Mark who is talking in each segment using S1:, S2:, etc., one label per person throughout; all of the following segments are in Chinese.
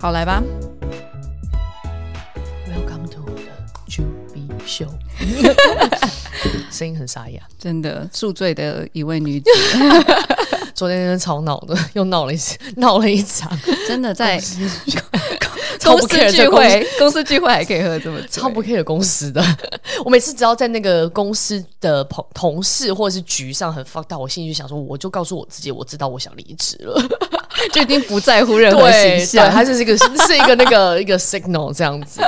S1: 好，来吧。
S2: Welcome to 我的 Juby Show，声音很沙哑。
S1: 真的宿醉的一位 女子，
S2: 昨天真的超闹的，又闹了一次闹了一场，
S1: 真的在
S2: 哎超不 care 这个公司，
S1: 公司聚会还可以喝这么醉
S2: 超不 care 公司的。我每次只要在那个公司的同同事或者是局上很放大，我心里就想说，我就告诉我自己，我知道我想离职了。
S1: 就已经不在乎任何
S2: 对
S1: 形象。
S2: 它就是一 个是一个那个一个 signal 这样子。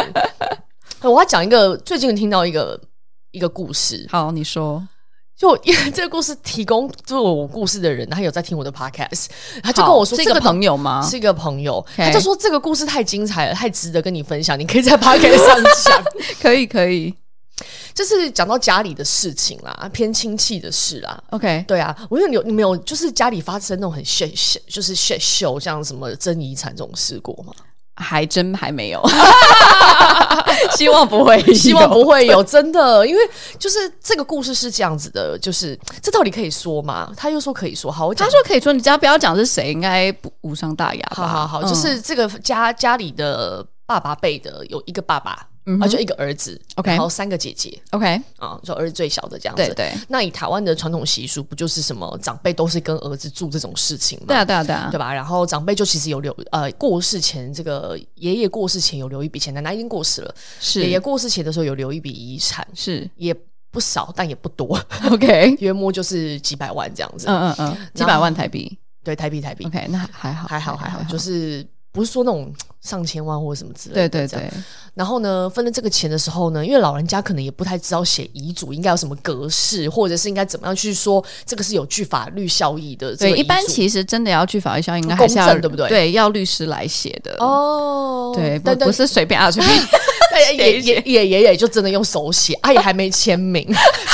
S2: 我要讲一个最近听到一个一个故事，
S1: 好，你说，
S2: 就因 为这个故事提供做我故事的人，他有在听我的 podcast，他就跟
S1: 好
S2: 我说
S1: 是一
S2: 这
S1: 个
S2: 个
S1: 朋友吗？
S2: 是一个朋友，
S1: OK
S2: 他就说这个故事太精彩了，太值得跟你分享，你可以在 podcast 上讲。
S1: 可以，可以
S2: 就是讲到家里的事情啦，偏亲戚的事啦。
S1: ，OK。
S2: 对啊，我有你有你没有就是家里发生那种很炫炫，就是炫秀，像什么争遗产这种事过 吗？
S1: 还真还没有， 希望不会，
S2: 希望不会有，真的，因为就是这个故事是这样子的，就是这到底可以说吗？他又说可以说，好，我讲
S1: 他说可以说，你只要不要讲是谁，应该不无伤大雅吧。
S2: 好好好，
S1: 嗯
S2: 就是这个家家里的爸爸辈的有一个爸爸，
S1: 嗯哼
S2: 啊，就一个儿子
S1: OK
S2: 然后三个姐姐
S1: OK，
S2: 啊，就儿子最小的这样子。
S1: 对对
S2: 那以台湾的传统习俗，不就是什么长辈都是跟儿子住这种事情吗？
S1: 对啊，对啊，对啊
S2: 对，吧？然后长辈就其实有留呃过世前，这个爷爷过世前有留一笔钱，奶奶已经过世了，爷爷
S1: 是
S2: 过世前的时候有留一笔遗产，
S1: 是
S2: 也不少，但也不多，
S1: ，OK，
S2: 约莫就是几百万这样子。
S1: 嗯嗯嗯，几百万台币
S2: 对，台币台币
S1: ，OK，那还好，
S2: 还好还好，就是不是说那种上千万或者什么之类
S1: 对
S2: 的。
S1: 对
S2: 这样
S1: 对，
S2: 然后呢，分了这个钱的时候呢，因为老人家可能也不太知道写遗嘱应该有什么格式，或者是应该怎么样去说这个是有具法律效益的这
S1: 对，
S2: 个遗嘱。
S1: 一般其实真的要去法律效应，应该还是
S2: 公
S1: 要
S2: 证对不对
S1: 对，要律师来写的。
S2: 哦，
S1: 对，
S2: 但
S1: 不
S2: 但
S1: 不是随便 啊，随便。
S2: 但也也也哎爷爷就真的用手写，啊也还没签名，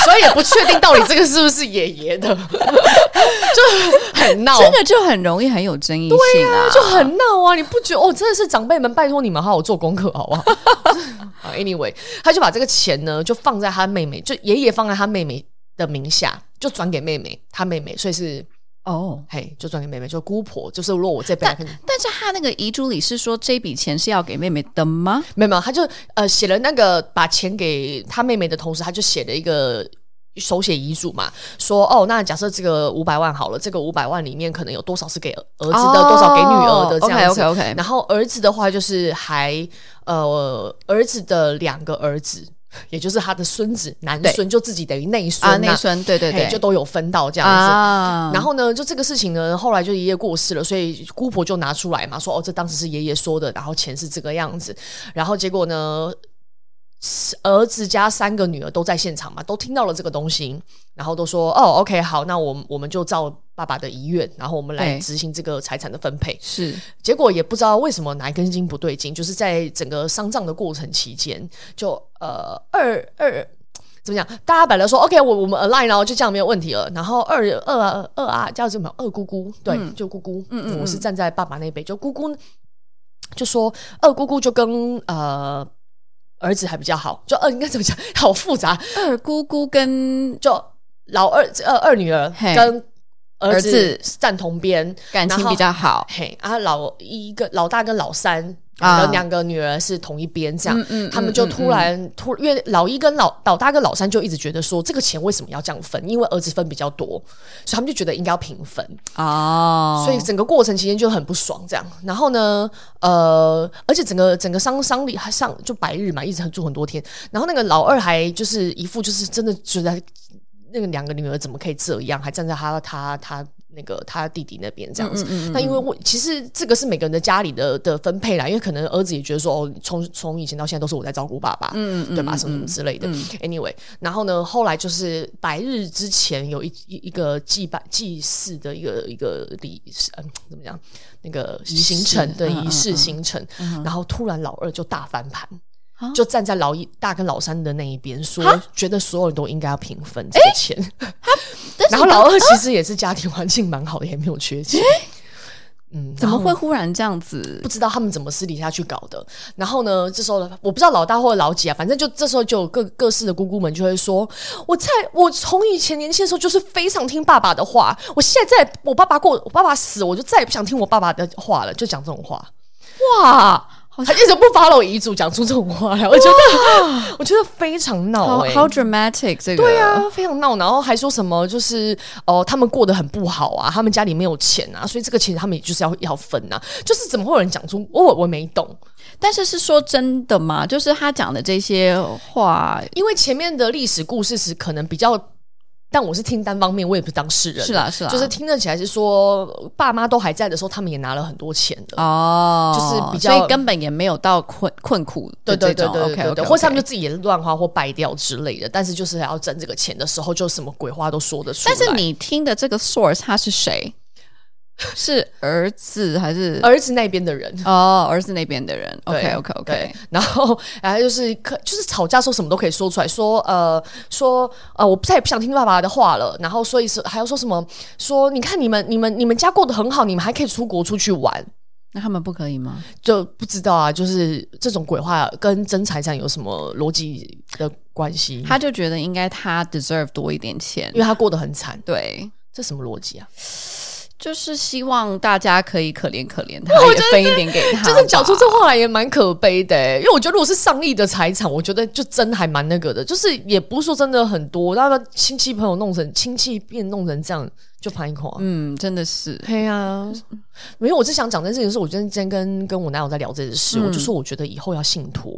S2: 所以也不确定到底这个是不是爷爷的， 就很闹。
S1: 这个就很容易很有争议性啊，
S2: 就很闹啊！你不觉得？哦，真的是长辈们，拜托你们好好做功课，好不好？ 好，anyway，他就把这个钱呢，就放在他妹妹，就爷爷放在他妹妹的名下，就转给妹妹，他妹妹，所以是
S1: 哦。
S2: 嘿，就转给妹妹，就姑婆，就是如果我这辈
S1: 但
S2: 子
S1: 但是他那个遗嘱里是说这笔钱是要给妹妹的吗？
S2: 没有没有，他就呃写了那个把钱给他妹妹的同时，他就写了一个。手写遗嘱嘛，说哦，那假设这个五百万好了，这个五百万里面可能有多少是给儿子的，哦
S1: 哦
S2: 多少给女儿的这样子。
S1: OK OK OK，
S2: 然后儿子的话就是还呃儿子的两个儿子， 也就是他的孙子男孙，就自己等于内孙
S1: 啊，
S2: 呐
S1: 内孙，对对
S2: 嘿
S1: 对，
S2: 就都有分到这样子。
S1: 啊，
S2: 然后呢，就这个事情呢，后来就爷爷过世了，所以姑婆就拿出来嘛，说哦，这当时是爷爷说的，然后钱是这个样子，然后结果呢，儿子加三个女儿都在现场嘛，都听到了这个东西，然后都说哦，OK，好，那我们我们就照爸爸的遗愿，然后我们来
S1: 对
S2: 执行这个财产的分配。
S1: 是
S2: 结果也不知道为什么哪一根筋不对劲，就是在整个丧葬的过程期间，就呃二二怎么讲？大家本来说 OK，我我们 align 然后就这样没有问题了。然后二二啊二啊叫什么？二姑姑对，就姑姑，嗯
S1: 嗯嗯
S2: 我是站在爸爸那边，就姑姑就说二姑姑就跟呃儿子还比较好，就二、呃应该怎么讲？ 好复杂，
S1: 二姑姑跟
S2: 就老二二二女儿
S1: 嘿
S2: 跟儿
S1: 儿子
S2: 子站同边，
S1: 感情
S2: 然后
S1: 比较好，
S2: 嘿啊，老一个老大跟老三。
S1: 啊
S2: 啊，两个女儿是同一边这样，
S1: 嗯嗯嗯
S2: 他们就突然、突，因为老一跟老老大跟老三就一直觉得说这个钱为什么要这样分，因为儿子分比较多，所以他们就觉得应该要平分，
S1: 哦，
S2: 所以整个过程期间就很不爽这样。然后呢，呃，而且整个整个丧丧礼还上就白日嘛，一直住很多天。然后那个老二还就是一副就是真的觉得那个两个女儿怎么可以这样，还站在他他他那个他弟弟那边这样
S1: 嗯
S2: 子。那因为我其实这个是每个人的家里的的分配啦，因为可能儿子也觉得说哦，从从以前到现在都是我在照顾爸爸，嗯对吧？什么什么之类的。anyway，然后呢，后来就是百日之前有一一一个祭拜祭祀的一个一个礼，嗯，怎么讲？那个
S1: 式
S2: 行程的
S1: 嗯
S2: 仪
S1: 嗯
S2: 式
S1: 嗯
S2: 行程，然后突然老二就大翻盘
S1: 啊。
S2: 就站在老一大跟老三的那一边，说觉得所有人都应该要平分这个钱，
S1: 但是啊
S2: 然后老二其实也是家庭环境蛮好的，也没有缺钱。嗯，
S1: 怎么
S2: 然后
S1: 会忽然这样子
S2: 不？知道他们怎么私底下去搞的？然后呢，这时候呢我不知道老大或者老几啊，反正就这时候就有各各式的姑姑们就会说，我在我从以前年轻的时候就是非常听爸爸的话，我现在在我爸爸过我爸爸死，我就再也不想听我爸爸的话了，就讲这种话。
S1: 哇，好
S2: 他一直不 follow 遗嘱，讲出这种话来，我觉得我觉得非常闹、
S1: 好
S2: 欸，
S1: 好 dramatic 这个，
S2: 对啊，非常闹，然后还说什么就是哦、呃他们过得很不好啊，他们家里没有钱啊，所以这个钱他们也就是要要分啊，就是怎么会有人讲出我我没懂？
S1: 但是是说真的吗？就是他讲的这些话，
S2: 因为前面的历史故事是可能比较，但我是听单方面，我也不是当事人，
S1: 是啊啦是啦，
S2: 就是听得起来是说爸妈都还在的时候，他们也拿了很多钱的。
S1: 哦，
S2: 就是比较
S1: 所以根本也没有到困困苦
S2: 对
S1: 的
S2: 对
S1: 这
S2: 对
S1: 种
S2: 对对对
S1: o k
S2: 或者他们就自己也乱花或败掉之类的，但是就是还要挣这个钱的时候，就什么鬼话都说得出来。
S1: 但是你听的这个 source 他是谁？是儿子还是
S2: 儿子那边的人，
S1: 哦儿子那边的人
S2: 对
S1: ？OK OK
S2: 对
S1: OK，
S2: 然后然后就是可就是吵架的时候什么都可以说出来，说呃说呃我再也不想听爸爸的话了，然后所以是还要说什么说你看你们你们你们家过得很好，你们还可以出国出去玩，
S1: 那他们不可以吗？
S2: 就不知道啊，就是这种鬼话跟争财产有什么逻辑的关系？
S1: 他就觉得应该他 deserve 多一点钱
S2: 因，为他过得很惨，
S1: 对，
S2: 这什么逻辑啊？
S1: 就是希望大家可以可怜可怜他，也分一点给他吧，
S2: 就是讲出这话来也蛮可悲的、欸，因为我觉得如果是上亿的财产，我觉得就真还蛮那个的，就是也不是说真的很多，那个亲戚朋友弄成亲戚变弄成这样就拍垮。
S1: 嗯，真的是
S2: 对啊，没有，我只想讲这件事情，是我今天今天跟跟我男友在聊这件事，
S1: 嗯
S2: 我就说我觉得以后要信托，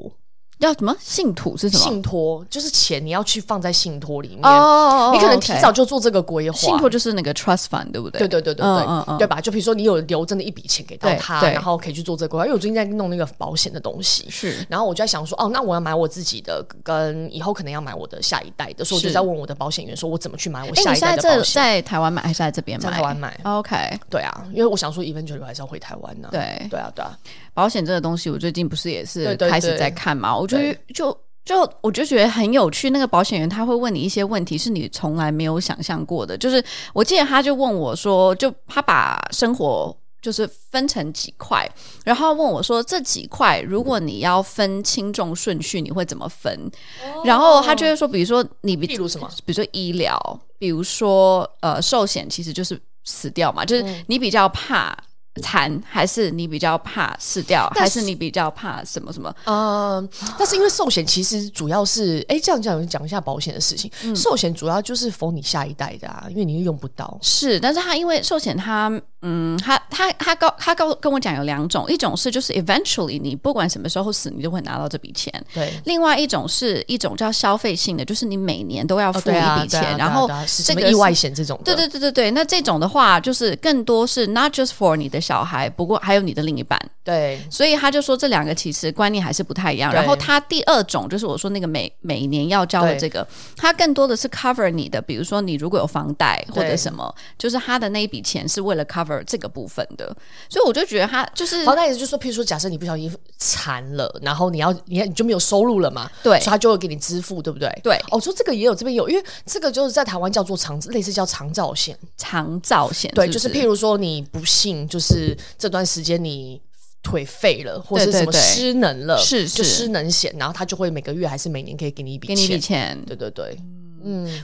S1: 要什么信徒是什么？
S2: 信托就是钱你要去放在信托里面，
S1: 哦
S2: 你可能
S1: OK
S2: 提早就做这个规划，
S1: 信托就是那个 trust fund 对不对？
S2: 对对对对对，
S1: 嗯嗯嗯
S2: 对吧？就比如说你有留真的一笔钱给到
S1: 对
S2: 他，
S1: 对
S2: 然后可以去做这个规划。因为我最近在弄那个保险的东西，
S1: 是
S2: 然后我就在想说，哦，那我要买我自己的，跟以后可能要买我的下一代的，所以我就是在问我的保险员说，我怎么去买我
S1: 哎，
S2: 下
S1: 你
S2: 一
S1: 现在
S2: 代的
S1: 在
S2: 保险？
S1: 在台湾买还是在这边买？嗯
S2: 在台湾买
S1: OK，
S2: 对啊，因为我想说，eventually 还是要回台湾呢、啊。
S1: 对，
S2: 对啊，对啊，
S1: 保险这个东西，我最近不是也
S2: 对
S1: 是
S2: 对
S1: 开始
S2: 对
S1: 在看嘛？我觉得
S2: 对
S1: 就就我就觉得很有趣。那个保险员他会问你一些问题，是你从来没有想象过的。就是我记得他就问我说，就他把生活。就是分成几块，然后问我说这几块如果你要分轻重顺序，你会怎么分？然后他就会说，比如说你比
S2: 哦譬如什么？
S1: 比如说医疗，比如说呃寿险，其实就是死掉嘛，
S2: 嗯
S1: 就是你比较怕残，还是你比较怕死掉，
S2: 但
S1: 还
S2: 是
S1: 是你比较怕什么什么？
S2: 嗯，但是因为寿险其实主要是，哎、这样讲讲一下保险的事情。
S1: 嗯
S2: 寿险主要就是否你下一代的啊，因为你又用不到。
S1: 是，但是他因为寿险他，嗯，他他他告他告跟我讲有两种，一种是就是 eventually 你不管什么时候死，你都会拿到这笔钱，
S2: 对，
S1: 另外一种是一种叫消费性的，就是你每年都要
S2: 哦
S1: 付
S2: 对啊
S1: 一笔
S2: 对
S1: 钱，
S2: 啊对啊
S1: 然后
S2: 对啊是什
S1: 这
S2: 么
S1: 个
S2: 意
S1: 是
S2: 外险这种的？
S1: 对对对对对，那这种的话，就是更多是 not just for 你的小孩，不过还有你的另一半。
S2: 对
S1: 所以他就说这两个其实观念还是不太一样。
S2: 对
S1: 然后他第二种就是我说那个每每年要交的这个，它更多的是 cover 你的，比如说你如果有房贷或者什么，就是他的那一笔钱是为了 cover 这个部分的。所以我就觉得他就是
S2: 房贷也就是说，譬如说，假设你不小心残了，然后你要你你就没有收入了嘛，
S1: 对
S2: 所以他就会给你支付，对不对？
S1: 对
S2: 哦，说这个也有，这边有，因为这个就是在台湾叫做长，类似叫长照险，
S1: 长照险，
S2: 对，
S1: 是
S2: 就
S1: 不
S2: 是譬如说你不幸，就是这段时间你。腿废了，或
S1: 对
S2: 是
S1: 对
S2: 什么
S1: 对
S2: 失能了，
S1: 是
S2: 就是失能险，然后他就会每个月还是每年可以给你一笔
S1: 给
S2: 钱，
S1: 你一笔钱，
S2: 对对对，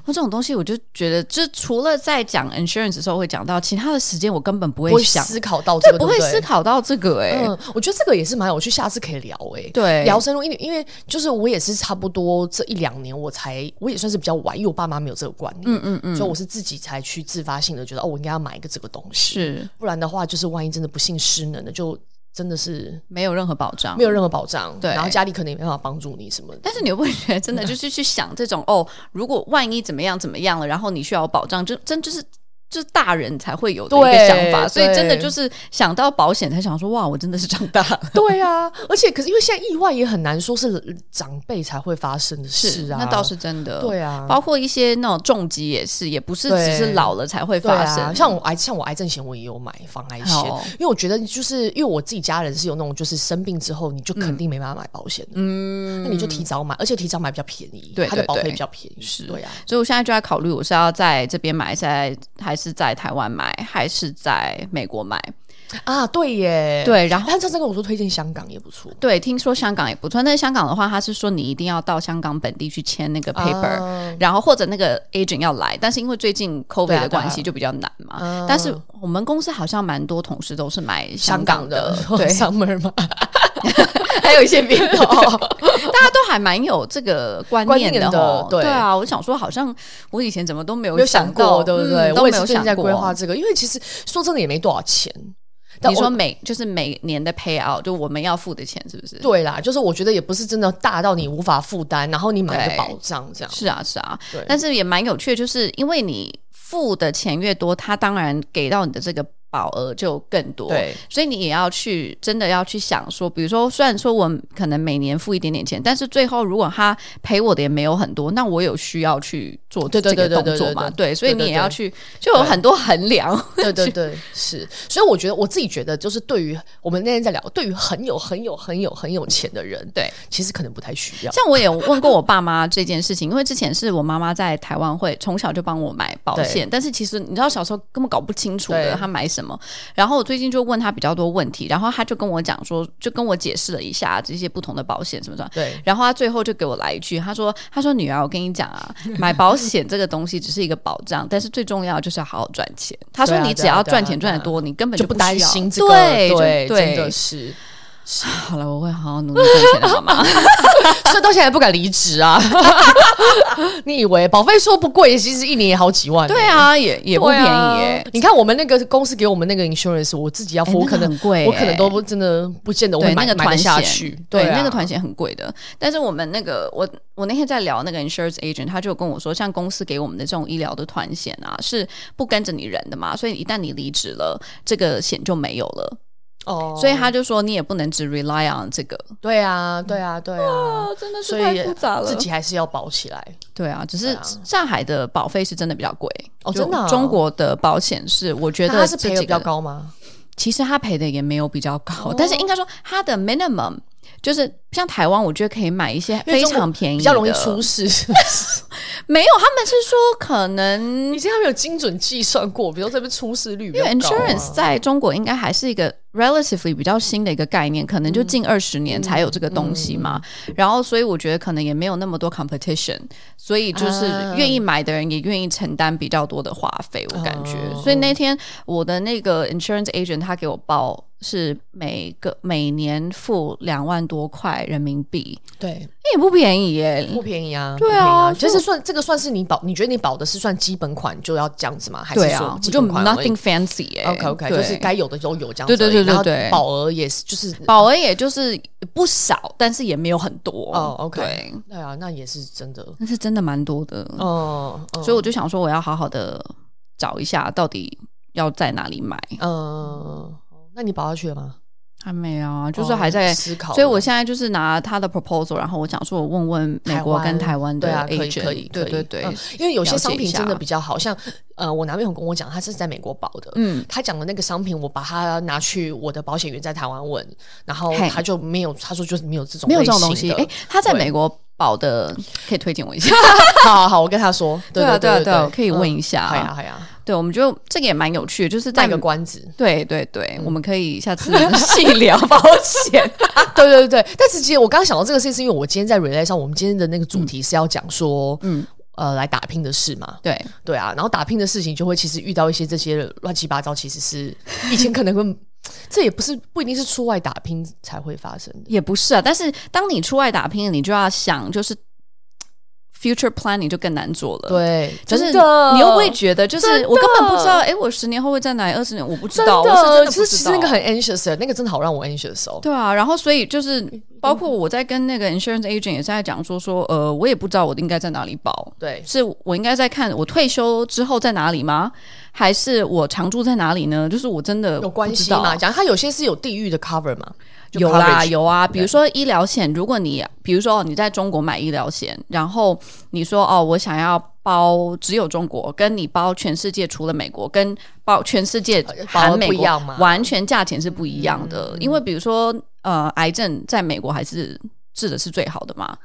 S1: 我这种东西，我就觉得，就除了在讲 insurance 的时候会讲到，其他的时间我根本不
S2: 不
S1: 会
S2: 会
S1: 想，
S2: 思考到这个，
S1: 不
S2: 对
S1: 会
S2: 对
S1: 思考到这个、欸，
S2: 嗯，我觉得这个也是蛮有趣，下次可以聊哎、
S1: 对
S2: 聊深入，因为因为就是我也是差不多这一两年我才，我也算是比较晚，因为我爸妈没有这个观念，嗯嗯嗯，所以我是自己才去自发性的觉得哦，我应该要买一个这个东西，
S1: 是
S2: 不然的话就是万一真的不幸失能的，就真的是
S1: 没有任何保障
S2: 没。有任何保障，
S1: 对
S2: 然后家里可能也没办法帮助你什么的，
S1: 但是你会不会觉得， 真的就是去想这种哦，如果万一怎么样怎么样了，然后你需要有保障，就真就是。就是大人才会有的一
S2: 对
S1: 个想法，所以
S2: 对
S1: 真的就是想到保险才想说，哇，我真的是长大 了。
S2: 对啊，而且可是因为现在意外也很难说是长辈才会发生的事啊，
S1: 那倒是真的。
S2: 对啊
S1: 包括一些那种重疾也是，也不是只
S2: 对
S1: 是老了才会
S2: 对
S1: 发生。
S2: 啊、像我癌像我癌症险我也有买防癌险
S1: 好，
S2: 因为我觉得就是因为我自己家人是有那种就是生病之后你就
S1: 嗯
S2: 肯定没办法买保险的，嗯，那你就提早买，而且提早买比较便宜，
S1: 对
S2: 它的
S1: 对
S2: 保费
S1: 对
S2: 比较便宜，是对啊。
S1: 所以我现在就在考虑，我是要在这边买，在还是在台湾买，还是在美国买？
S2: 啊，对耶，。
S1: 对，然后。
S2: 他上次跟我说推荐香港也不错
S1: 对，听说香港也不错。但是香港的话，他是说你一定要到香港本地去签那个 paper，、
S2: 啊
S1: 然后或者那个 agent 要来。但是因为最近 COVID
S2: 啊
S1: 的
S2: 对啊
S1: 关系，就比较难嘛。
S2: 啊
S1: 但是我们公司好像蛮多同事都是买
S2: 香港
S1: 港
S2: 的
S1: 对，
S2: summer 嘛，
S1: 还有一些别 的，哦大家都还蛮有这个观念
S2: 观念的
S1: 哦。
S2: 对
S1: 啊，我想说，好像我以前怎么都没有
S2: 没有
S1: 想
S2: 想
S1: 到
S2: 过，对不对？
S1: 嗯都
S2: 我
S1: 没
S2: 也是
S1: 有
S2: 最近
S1: 想
S2: 在
S1: 过
S2: 规划。这个，因为其实说真的也没多少钱。但
S1: 你
S2: 我
S1: 说每就是每年的 payout，就我们要付的钱，是不是？
S2: 对啦，就是我觉得也不是真的大到你无法负担，然后你买一
S1: 对
S2: 个保障这样。
S1: 是啊，是啊
S2: 对，
S1: 但是也蛮有趣的，就是因为你付的钱越多，他当然给到你的这个保额就更多，
S2: 对，
S1: 所以你也要去真的要去想说，比如说，虽然说我可能每年付一点点钱，但是最后如果他赔我的也没有很多，那我有需要去做
S2: 对
S1: 这
S2: 对
S1: 个
S2: 对对
S1: 动作
S2: 对对
S1: 嘛？
S2: 对
S1: 对，所以
S2: 对对
S1: 你也
S2: 对
S1: 要去，就有很多衡量。
S2: 对对对，是。所以我觉得我自己觉得，就是对于我们那天在聊，对于很有很有很有很有钱的人，
S1: 对，
S2: 其实可能不太需要。
S1: 像我也问过我爸妈这件事情，因为之前是我妈妈在台湾会从小就帮我买保险，但是其实你知道小时候根本搞不清楚的
S2: 对
S1: 她买什么。然后我最近就问她比较多问题，然后她就跟我讲说，就跟我解释了一下这些不同的保险什么什么。
S2: 对，
S1: 然后她最后就给我来一句，她说：“她说女儿，我跟你讲啊，买保险这个东西只是一个保障，但是最重要就是要好好赚钱。”她说：“
S2: 对啊
S1: 你
S2: 对啊
S1: 只要
S2: 对啊
S1: 赚钱
S2: 对啊
S1: 赚得多，你根本
S2: 就
S1: 不
S2: 不担
S1: 需要
S2: 心这个，
S1: 对
S2: 对，
S1: 就
S2: 真的
S1: 对。
S2: 是。
S1: 好了，我会好好努力赚钱的，好吗？
S2: 所以到现在还不敢离职啊！你以为保费说不贵，其实一年也好几 万、欸
S1: 对，啊，也也不便宜耶、
S2: 你看我们那个公司给我们那个 insurance，我自己要
S1: 哎
S2: 付，啊我
S1: 那个
S2: 可能
S1: 很贵
S2: 我可能
S1: 哎
S2: 都不真的不见得我
S1: 对
S2: 会
S1: 那
S2: 买
S1: 个
S2: 买
S1: 团
S2: 得
S1: 险
S2: 下去。
S1: 对
S2: 啊
S1: 那个团险很贵的。但是我们那个我我那天在聊那个 insurance agent，他就跟我说，像公司给我们的这种医疗的团险啊，是不跟着你人的嘛，所以一旦你离职了，这个险就没有了。
S2: 哦，
S1: 所以他就说，你也不能只 rely on 这个。
S2: 对啊，对啊，对啊，
S1: 哦，真的
S2: 所以自己还是要保起来。
S1: 对啊，只
S2: 对
S1: 是
S2: 啊
S1: 上海的保费是真的比较贵
S2: 哦
S1: 就
S2: 真的啊
S1: 中国的保险是我觉
S2: 那
S1: 得
S2: 他是
S1: 这
S2: 赔的
S1: 几
S2: 比较
S1: 个
S2: 高吗？
S1: 其实他赔的也没有比较高，
S2: 哦
S1: 但是应该说他的 minimum 就是像台湾，我觉得可以买一些
S2: 因为
S1: 非
S2: 中国
S1: 常便宜的，
S2: 比较容易出 事。
S1: 没有，他们是说可能
S2: 以前他们有精准计算过，比如说这边出事率比
S1: 因
S2: 较
S1: 为
S2: 高啊、
S1: insurance 在中国应该还是一个 relatively 比较新的一个概念，可能
S2: 嗯
S1: 就近二十年才有这个东西嘛。然后，所以我觉得可能也没有那么多 competition，所以就是
S2: 啊
S1: 愿意买的人也愿意承担比较多的花费，我感觉。
S2: 哦
S1: 所以那天我的那个 insurance agent 他给我报是每个每年付两万多块人民币，
S2: 对
S1: 那也不便宜耶。
S2: 不便宜啊，
S1: 对啊
S2: 不便宜
S1: 所以
S2: 就是算这个算是你保，你觉得你保的是算基本款就要这样子吗？还是
S1: 对啊
S2: 说，基
S1: 就
S2: 本款而已
S1: nothing fancy 耶。
S2: OK OK，
S1: 对
S2: 就是该有的都有这样子而
S1: 对对
S2: 已，
S1: 对对对
S2: 然后保额也是就是
S1: 保额也就是不少，但是也没有很多
S2: 哦 OK
S1: 对，
S2: 对啊，那也是真的
S1: 但是真的蛮多的，
S2: 哦，嗯
S1: 所以我就想说，我要好好的找一下，到底要在哪里买。
S2: 嗯，那你保下去了吗？
S1: 还没啊，就是
S2: 哦
S1: 还在。
S2: 思考了，
S1: 所以我现在就是拿他的 proposal，然后我想说，我问问美国
S2: 台湾
S1: 跟台湾的
S2: 对啊，可以
S1: agent，
S2: 可以，
S1: 对
S2: 可以
S1: 对对，
S2: 嗯因为有些
S1: 了解
S2: 商
S1: 一
S2: 品
S1: 下
S2: 真的比较好，像呃，我男朋友跟我讲，他是在美国保的，
S1: 嗯，
S2: 他讲的那个商品，我把它拿去我的保险员在台湾问，然后
S1: 嘿
S2: 他就没有，他说就是没有这种
S1: 没有这种
S2: 类
S1: 东西。
S2: 型的
S1: 哎，他在
S2: 对
S1: 美国保的，可以推荐我一下。
S2: 好好好，我跟他说，
S1: 啊，
S2: 对
S1: 对啊，对啊，
S2: 对，
S1: 可以问一
S2: 好呀
S1: 下。
S2: 好呀，
S1: 对，我们就这个也蛮有趣的，就是在
S2: 卖个关子，
S1: 对对
S2: 嗯
S1: 对，我们可以下次 细聊保险。
S2: 对对对，但是其实我刚刚想到这个事情，是因为我今天在 relay 上，我们今天的那个主题是要讲说，
S1: 嗯
S2: 嗯，呃，来打拼的事嘛，
S1: 对，
S2: 对啊，然后打拼的事情就会其实遇到一些这些乱七八糟，其实是以前可能会，这也不是不一定是出外打拼才会发生的，
S1: 也不是啊，但是当你出外打拼，你就要想，就是 future planning 就更难做了。，
S2: 对，
S1: 就是
S2: 真的，
S1: 你又不会觉得，就是
S2: 真的
S1: 我根本不知道，哎，我十年后会在哪里，二十年我不知
S2: 真
S1: 道，我是真
S2: 的，
S1: 的
S2: 其
S1: 不
S2: 实
S1: 知
S2: 其
S1: 道。
S2: 实那个很 anxious，的那个真的好让我 anxious 哦。
S1: 对啊，然后所以就是包括我在跟那个 insurance agent 也是在讲说说，呃，我也不知道我应该在哪里保。
S2: 对，
S1: 是我应该在看我退休之后在哪里吗？还是我常住在哪里呢？就是我真的
S2: 有关系
S1: 不知道
S2: 嘛？讲它有些是有地域的 cover 嘛？就
S1: 有啦
S2: coverage
S1: 有啊，比如说医疗险，如果你比如说你在中国买医疗险，然后你说哦，我想要包只有中国，跟你包全世界除了美国，跟包全世界
S2: 呃包
S1: 含美
S2: 不
S1: 国
S2: 一样嘛嗯
S1: 完全价钱是不一样的。因为比如说呃，癌症在美国还是治的是最好的嘛，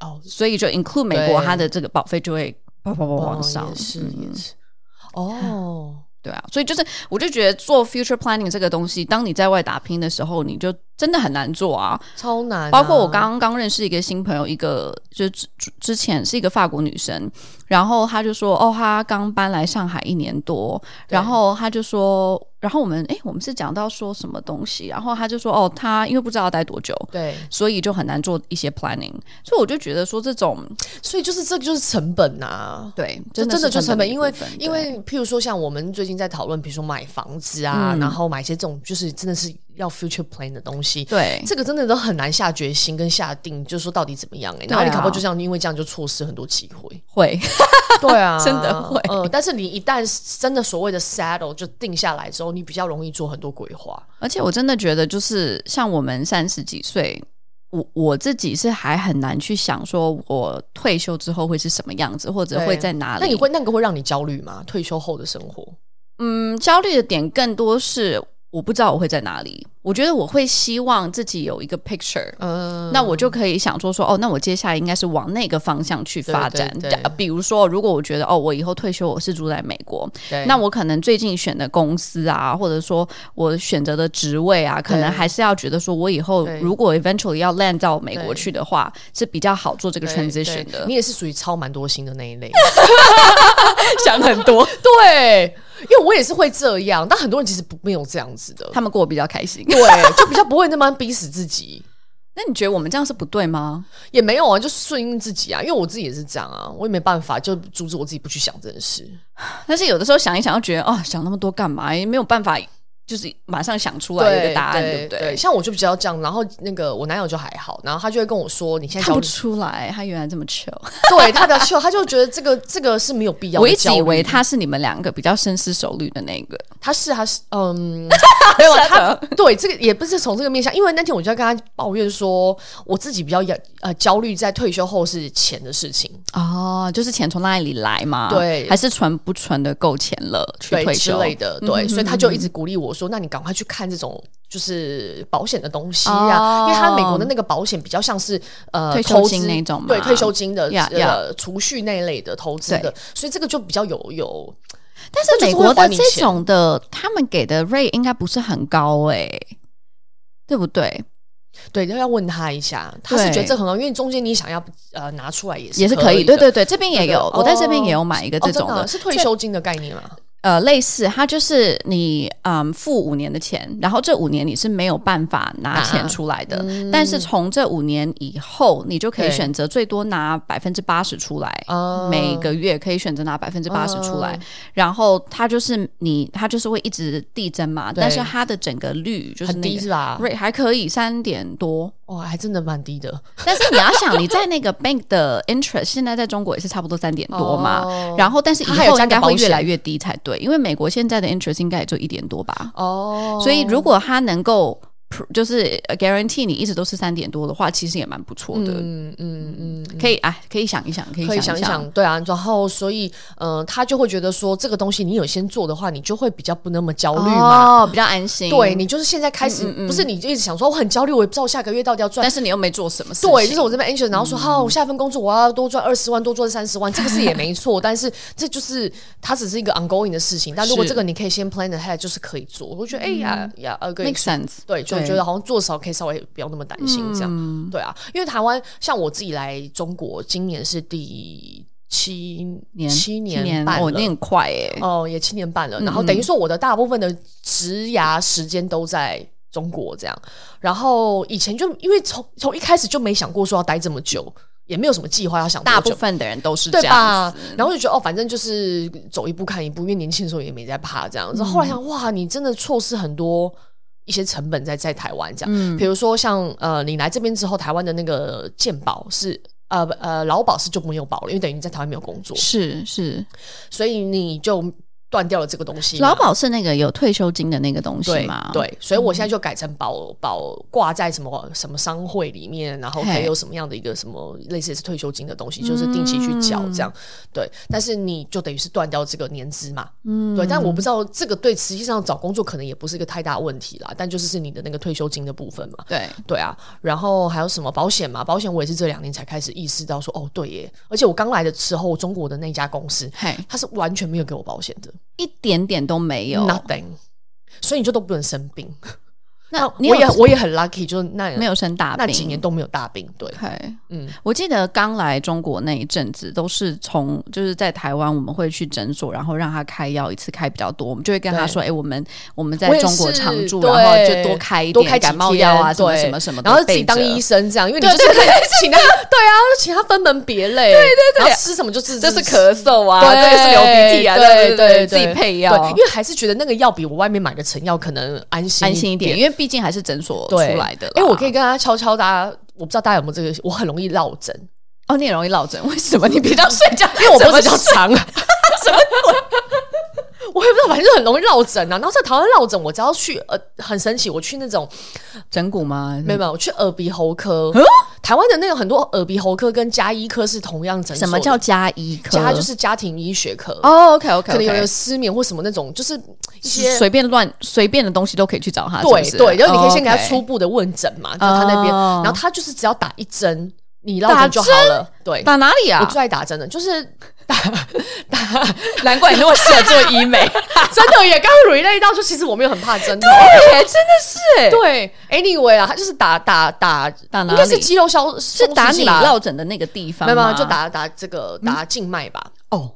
S2: 哦，
S1: 所以就 include 美国，
S2: 对
S1: 它的这个保费就会。啪啪啪
S2: 哦
S1: 往上
S2: 也是
S1: 嗯
S2: 也是，哦，
S1: 对啊，所以就是，我就觉得做 future planning 这个东西，当你在外打拼的时候，你就真的很难做啊。
S2: 超难啊、
S1: 包括我刚刚认识一个新朋友，一个就是之之前是一个法国女生，然后她就说，哦，她刚搬来上海一年多，
S2: 对
S1: 然后她就说，然后我们诶，我们是讲到说什么东西，然后她就说，哦，她因为不知道要待多久。
S2: 对，
S1: 所以就很难做一些 planning，所以我就觉得说这种
S2: 所以就是这个就是成本呐、啊。
S1: 对，
S2: 这真的
S1: 的
S2: 就是成
S1: 成的
S2: 本，
S1: 一
S2: 因为
S1: 部分
S2: 因
S1: 对
S2: 为譬如说像我们最近在讨论，比如说买房子啊，然后买一些这种就是真的是要 future plan 的东西，
S1: 对
S2: 这个真的都很难下决心跟下定，就是说到底怎么样哎、然后
S1: 对啊
S2: 你搞不好就这样，因为这样就错失很多机会。
S1: 会
S2: 对啊，
S1: 真的会
S2: 嗯，但是你一旦真的所谓的 settle 就定下来之后，你比较容易做很多规划。
S1: 而且我真的觉得，就是像我们三十几岁，我我自己是还很难去想说我退休之后会是什么样子，或者
S2: 对
S1: 会在哪里。
S2: 那你会那个会让你焦虑吗？退休后的生活？
S1: 嗯，焦虑的点更多是我不知道我会在哪里。我觉得我会希望自己有一个 picture。
S2: 嗯，
S1: 那我就可以想说说哦，那我接下来应该是往那个方向去发展。
S2: 对对对
S1: 假比如说，如果我觉得哦，我以后退休我是住在美国，
S2: 对
S1: 那我可能最近选的公司啊，或者说我选择的职位啊，可能还是要觉得说，我以后
S2: 对
S1: 如果 eventually 要 land 到美国
S2: 对
S1: 去的话，是比较好做这个
S2: 对
S1: transition
S2: 对
S1: 的
S2: 你。也是属于超蛮多心的那一 类。
S1: 想很 多，
S2: 对，因为我也是会这样，但很多人其实不没有这样 子的。
S1: 他们过得比较开心。
S2: 对，就比较不会那么逼死自己，
S1: 那你觉得我们这样是不对吗？
S2: 也没有啊，就顺应自己啊。因为我自己也是这样啊，我也没办法，就阻止我自己不去想这件事。
S1: 但是有的时候想一想，又觉得哦，想那么多干嘛？也没有办法，就是马上想出来一个答案，对
S2: 对
S1: 不
S2: 对？像我就比较这样，然后那个我男友就还好，然后他就会跟我说：“你现在
S1: 看
S2: 焦
S1: 不
S2: 虑。
S1: 出来，他原来这么糗。
S2: 对他比较秀，他就觉得这个这个是没有必要的
S1: 我一直
S2: 焦虑
S1: 以为他是你们两个比较深思熟虑的那个。
S2: 他是他是 嗯，没有他对这个也不是从这个面向，因为那天我就在跟他抱怨说，我自己比较呃焦虑在退休后是钱的事情，
S1: 哦，就是钱从哪里来嘛？
S2: 对
S1: 还是存不存的够钱了去
S2: 对
S1: 退
S2: 之
S1: 休嗯
S2: 类的，对，所以他就一直鼓励我说，那你赶快去看这种。就是保险的东西啊，
S1: 哦
S2: 因为他美国的那个保险比较像是呃
S1: 退休
S2: 投资
S1: 金那种嘛
S2: 对退休金的
S1: Yeah,
S2: 呃储蓄那一类的投资的，所以这个就比较有有
S1: 但
S2: 那就是是
S1: 美国
S2: 会还
S1: 的
S2: 你
S1: 这
S2: 钱
S1: 种的，他们给的 rate 应该不是很高诶、对不对？
S2: 对，要要问他一下，他是
S1: 对
S2: 觉得这很好，因为中间你想要呃拿出来也是
S1: 也是
S2: 可
S1: 可
S2: 以
S1: 以，
S2: 的，
S1: 对对对，这边也
S2: 对
S1: 有，
S2: 对
S1: 我在
S2: 哦
S1: 这边也有买一个
S2: 哦
S1: 这
S2: 真
S1: 种
S2: 的啊
S1: 的，
S2: 是退休金的概念吗？
S1: 呃，类似它就是你嗯付五年的钱，然后这五年你是没有办法拿钱出来的，但是从这五年以后，你就可以
S2: 嗯对
S1: 选择最多拿百分之八十出来，
S2: 啊
S1: 每个月可以选择拿百分之八十
S2: 嗯
S1: 出来，然后它就是你，它就是会一直递增嘛，
S2: 对
S1: 但是它的整个率就是
S2: 很
S1: 那
S2: 低
S1: 个
S2: 是吧？
S1: rate 还可以三点 多，
S2: 哦，还真的蛮低的，
S1: 但是你要想你在那个 bank 的 interest 现在在中国也是差不多三点多嘛，
S2: 哦
S1: 然后但是以
S2: 它还有
S1: 后
S2: 加
S1: 应
S2: 个
S1: 该
S2: 保
S1: 会
S2: 险
S1: 越来越低才对，因为美国现在的 interest 应该也就一点多吧，
S2: 哦，
S1: 所以如果它能够 pr- 就是呃 guarantee 你一直都是三点多的话，其实也蛮不错的，
S2: 嗯嗯嗯，
S1: 可以哎，可以想一想，可以
S2: 可以
S1: 想
S2: 想一想，对啊，然后所以呃，他就会觉得说这个东西你有先做的话，你就会比较不那么焦虑嘛。
S1: 哦，比较安心，
S2: 对你就是现在开始，
S1: 嗯嗯嗯
S2: 不是你就一直想说我哦很焦虑，我也不知道我下个月到底要赚
S1: 但是你又嗯没做什么事情，
S2: 对，就是我这边 anxious，然后说好、我下一份工作我要多赚二十万，多赚三十万，这个是也没错，但是这就是它只是一个 ongoing 的事情。但如果
S1: 是嗯
S2: 这个你可以先 plan ahead，就是可以做。我觉得哎呀呀，呃，可以
S1: make sense，
S2: 对，就
S1: 对嗯
S2: 觉得好像做少可以稍微不要那么担心这样。对啊，因为台湾像我自己来中国，今年是第七
S1: 年
S2: 七
S1: 今年
S2: 半
S1: 哦，嗯
S2: 了
S1: 那很快哎、
S2: 哦，也七年半了。然后等于说我的大部分的职涯时间都在中国这样。然后以前就因为从从一开始就没想过说要待这么久，也没有什么计划要想多久
S1: 大部分的人都是
S2: 对
S1: 这样
S2: 吧？然后就觉得哦，反正就是走一步看一步，因为年轻的时候也没在怕
S1: 嗯
S2: 这样子。后来想，哇，你真的错失很多一些成本在在台湾这样。
S1: 嗯
S2: 比如说像呃，你来这边之后，台湾的那个健保是。呃不呃，劳保是就没有保了，因为等于你在台湾没有工作，
S1: 是是，
S2: 所以你就断掉了这个东西嘛。
S1: 劳保是那个有退休金的那个东西
S2: 对
S1: 吗？
S2: 对，所以我现在就改成保保挂在什么什么商会里面，然后可以
S1: 嘿
S2: 有什么样的一个什么类似是退休金的东
S1: 嗯
S2: 西，就是定期去缴这样。对，但是你就等于是断掉这个年资嘛。嗯，对，但我不知道这个对实际上找工作可能也不是一个太大问题啦，但就是是你的那个退休金的部分嘛。
S1: 对，
S2: 对啊，然后还有什么保险嘛？保险我也是这两年才开始意识到说，哦，对耶！而且我刚来的时候，中国的那家公司，
S1: 嘿，
S2: 他是完全没有给我保险的，
S1: 一点点都没有。
S2: nothing，所以你就都不能生病。
S1: 那你
S2: 哦我也
S1: 有
S2: 我也很 lucky，就是那
S1: 没有生大病？
S2: 那几年都没有大病， 对，
S1: OK，
S2: 嗯，
S1: 我记得刚来中国那一阵子，都是从就是在台湾，我们会去诊所，然后让他开药，一次开比较多。我们就会跟他说：“哎、我们我们在
S2: 我也
S1: 中国
S2: 是
S1: 常住，
S2: 对
S1: 然后就多开一
S2: 多
S1: 点
S2: 开几
S1: 感冒药啊，
S2: 天
S1: 什么
S2: 对
S1: 什么什么的。”
S2: 然后自己当医
S1: 生，
S2: 生这样，因为你就是可以 请他，对啊，请他分门别类，对对对，吃什么就是
S1: 这是咳嗽啊，
S2: 对
S1: 这个是流鼻涕啊，对
S2: 对对，
S1: 自己配
S2: 对
S1: 药
S2: 因。为还是觉得那个药比我外面买的成药可能安心
S1: 安心一
S2: 点
S1: 点，，因为毕竟还是诊所出
S2: 对
S1: 来的啦。
S2: 因为我可以跟大家悄悄，大家我不知道大家有没有这个，我很容易落枕，
S1: 哦，你也容易落枕，为什么？你平常睡觉，
S2: 因为我脖子比
S1: 怎
S2: 较
S1: 么睡
S2: 长， 我也不知道，反正就很容易落枕啊。然后在台湾落枕，我只要去呃，很神奇，我去那种
S1: 枕骨吗？
S2: 没有没有，我去耳鼻喉科，
S1: 嗯
S2: 台湾的那个很多耳鼻喉科跟加医科是同样诊所的，
S1: 什么叫加医科？
S2: 加就是家庭医学科，
S1: 哦，OK OK，
S2: 可能有人失眠或什么那种，就是一些
S1: 随便乱随便的东西都可以去找他，
S2: 对
S1: 啊是不是
S2: 对，然后你可以先给他。
S1: 哦
S2: 初
S1: ，OK
S2: 步的问诊嘛，就是他那边，
S1: 哦
S2: 然后他就是只要打一针，你落枕就好了，对。
S1: 打哪里
S2: 我
S1: 啊？
S2: 最爱打针的，就是
S1: 难怪你那么适合做医美，
S2: 真的也刚 relate 到，就其实我没有很怕针头。
S1: 对，真的是
S2: 对，anyway 啊，他就是打打打
S1: 打哪
S2: 应
S1: 里
S2: 该是肌肉消，是
S1: 是打你落枕的那个地方
S2: 没有没
S1: 吗？
S2: 有，就打打这个打静脉吧，
S1: 嗯哦，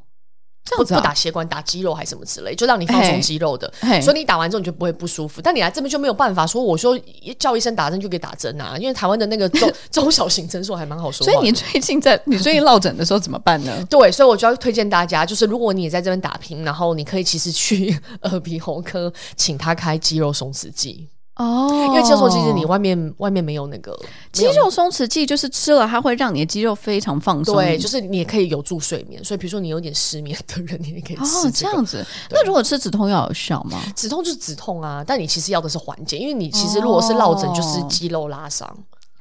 S1: 这
S2: 不
S1: 样子
S2: 不
S1: 啊
S2: 打血管，打肌肉还是什么之类，就让你放松
S1: 嘿
S2: 肌肉的
S1: 嘿。
S2: 所以你打完之后你就不会不舒服，但你来这边就没有办法说，我说叫医生打针就给打针啊，因为台湾的那个 中中小型诊所还蛮好说话
S1: 所
S2: 的。
S1: 以你最近在你最近落枕的时候怎么办呢？
S2: 对，所以我就要推荐大家，就是如果你也在这边打拼，然后你可以其实去 耳鼻喉科，请他开肌肉松弛剂，
S1: 哦，
S2: 因为肌肉松弛剂你外面外面没有那个
S1: 肌肉松弛剂就是哦吃了，它会让你的肌肉非常放松。
S2: 对，就是你也可以有助睡眠，所以比如说你有点失眠的人，你也可以吃、
S1: 哦，这。样子。那如果吃止痛药有效吗？
S2: 止痛就是止痛啊，但你其实要的是缓解，因为你其实如果是落枕就是
S1: 哦
S2: 肌肉拉伤，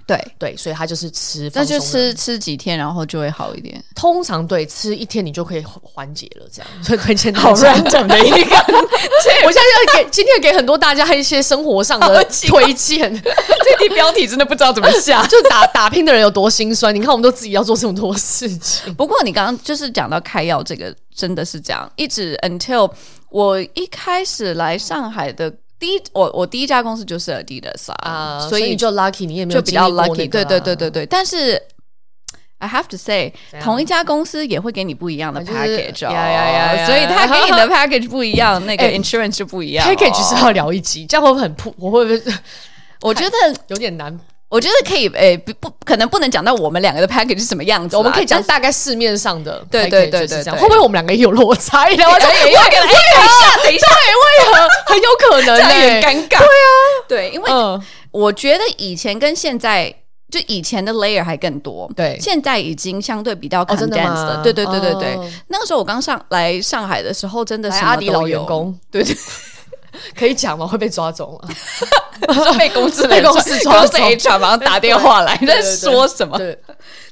S1: 对，
S2: 对，所以它就是吃
S1: 那
S2: 放松
S1: 就
S2: 的，
S1: 吃吃几天，然后就会好一点。
S2: 通常对吃一天你就可以缓解了，这样所以推荐大家
S1: 好 random 的一个，
S2: 我现在要给今天给很多大家一些生活上的推荐，
S1: 这题标题真的不知道怎么下。
S2: 就打打拼的人有多心酸。你看，我们都自己要做这么多事情，
S1: 不过你刚刚就是讲到开药这个，真的是这样，一直 until 我一开始来上海的第一，我我第一家公司就是 Adidas 啊，
S2: 啊，
S1: 所
S2: 所以
S1: 以
S2: 你就 lucky，你也没有
S1: 就比较
S2: 经历过
S1: lucky，、
S2: 那个
S1: 对
S2: 啊
S1: 对对对，对，但是。I have to say，
S2: 怎样
S1: 同一家公司也会给你不一样的
S2: 啊就是
S1: package，、哦
S2: 呀呀呀呀
S1: 所以他给你 的 package 不一样，那个
S2: 哎
S1: insurance 就不一样、哦。
S2: package 是要聊一集，这样会不会很破？我会不会
S1: 我觉得，
S2: 有点难？
S1: 我觉得可以，诶、不不，可能不能讲到我们两个的 package 是什么样子啦，
S2: 我们可以讲
S1: 但是
S2: 大概市面上的 package 是这
S1: 对
S2: 样，
S1: 对对对对
S2: 会不会我们两个也有落差？然后就
S1: 哎哎哎哎等一下，等一下，
S2: 为何很有可能
S1: 这样有
S2: 呢
S1: 点？尴尬。对啊，对，因为
S2: 嗯，
S1: 我觉得以前跟现在。就以前的 layer 还更多，
S2: 对
S1: 现在已经相对比较
S2: 哦真的
S1: condensed
S2: 吗
S1: 了，对对对对对
S2: 哦。
S1: 那个时候我刚上来上海的时候，真的
S2: 来
S1: 是
S2: 阿迪老员， 工
S1: 对对，
S2: 可以讲吗？会被抓走吗？
S1: 被公 司
S2: 被
S1: 被
S2: 公
S1: 公
S2: 司
S1: 司
S2: 抓
S1: 抓
S2: 走
S1: 公司 HR 马上打电话 来，
S2: 对
S1: 在
S2: 对
S1: 说什么？
S2: 对。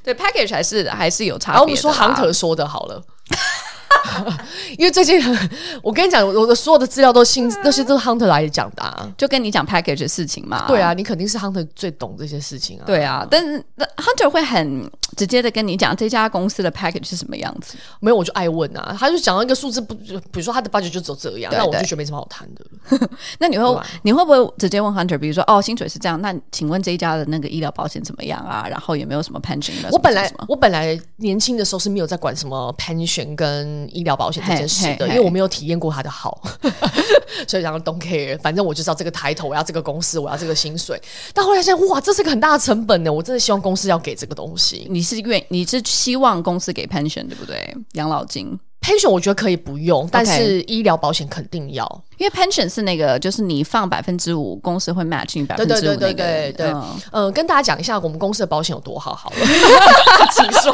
S1: 对 package 还是还是有差别的啦。
S2: 然啊后我们说航可说的好了。 因为最近很，我跟你讲，我的所有的资料都新，那些都是 Hunter 来讲的、啊。
S1: 就跟你讲 package 的事情嘛，
S2: 对啊，你肯定是 Hunter 最懂这些事情啊。，
S1: 对啊，但是那 Hunter 会很直接的跟你讲这家公司的 package 是什么样子。
S2: 没有我就爱问啊，他就讲到一个数字不，比如说他的 budget 就只有这样，
S1: 对
S2: 那我就
S1: 对
S2: 觉得没什么好谈的。
S1: 那你
S2: 对
S1: 会
S2: 啊
S1: 你会不会直接问 Hunter，比如说哦，薪水是这样，那请问这一家的那个医疗保险怎么样啊？然后有没有什么 pension？有没有什么
S2: 我本来
S1: 什么
S2: 我本来年轻的时候是没有在管什么 pension 跟医疗保险这件事的，
S1: 嘿嘿
S2: 因为我没有体验过它的好， 所以然后 don't care，反正我就知道这个抬头，我要这个公司，我要这个薪水。但后来想，哇，这是个很大的成本呢，我真的希望公司要给这个东西。
S1: 你是愿你是希望公司给 pension 对不对？养老金，
S2: pension 我觉得可以不用，但是医疗保险肯定要。
S1: 因为 pension 是那个就是你放百分之五，公司会 match 你百
S2: 对
S1: 分
S2: 对
S1: 之
S2: 对
S1: 五
S2: 对
S1: 那个
S2: 对对，
S1: 嗯
S2: 嗯、跟大家讲一下我们公司的保险有多好好了，
S1: 请说，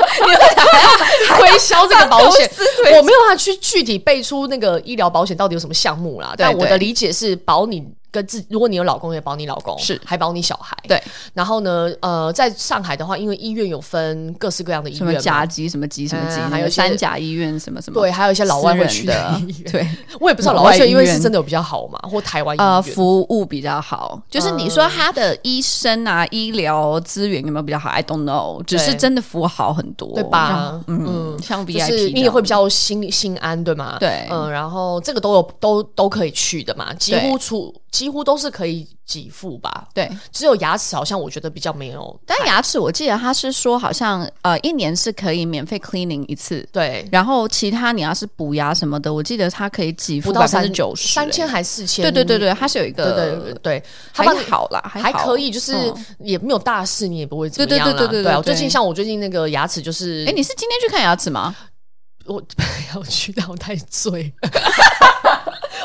S2: 推销这个 保险
S1: 公司推，销
S2: 我没有办法去具体背出那个医疗保险到底有什么项目啦，
S1: 对
S2: 但我的
S1: 对
S2: 理解是保你。跟自，如果你有老公，也保你老公，
S1: 是
S2: 还保你小孩。
S1: 对，
S2: 然后呢，呃，在上海的话，因为医院有分各式各样的医
S1: 什么
S2: 院嘛，
S1: 甲级什么级什么级，那
S2: 嗯还有
S1: 个
S2: 一些
S1: 三甲医院什么什么，
S2: 对，还有一些老外会去
S1: 私人
S2: 医院
S1: 的，对，
S2: 我也不知道老
S1: 老
S2: 外
S1: 外
S2: 去的医院
S1: 医院
S2: 是真的有比较好嘛，或台湾医院。
S1: 呃，服务比较好，就是你说他的医生啊、医疗资源有没有比较好？I don't know，只是真的服务好很多，
S2: 对吧
S1: 像？嗯，像 VIP，
S2: 就是你
S1: 这
S2: 也
S1: 样
S2: 会比较心里心安，对吗？
S1: 对
S2: 嗯，然后这个都有都都可以去的嘛，几乎出几乎都是可以给付吧，
S1: 对。
S2: 只有牙齿好像我觉得比较没有太，
S1: 但牙齿，我记得他是说好像呃一年是可以免费 cleaning 一次，
S2: 对，
S1: 然后其他你要是补牙什么的，我记得他可以给付
S2: 不
S1: 百
S2: 到
S1: 分之
S2: 三
S1: 九十，
S2: 三千
S1: 欸。
S2: 还四千，
S1: 对对对对，它是有一
S2: 对
S1: 个
S2: 对对对，他
S1: 还
S2: 帮你
S1: 好啦，
S2: 还
S1: 好
S2: 可以，就是
S1: 嗯
S2: 也没有大事，你也不会怎么
S1: 对对
S2: 样啦。
S1: 对对对
S2: 对啊我
S1: 对
S2: 最近像我最近那个牙齿就是，
S1: 哎，你是今天去看牙齿 吗？
S2: 我 要去，但我太醉了。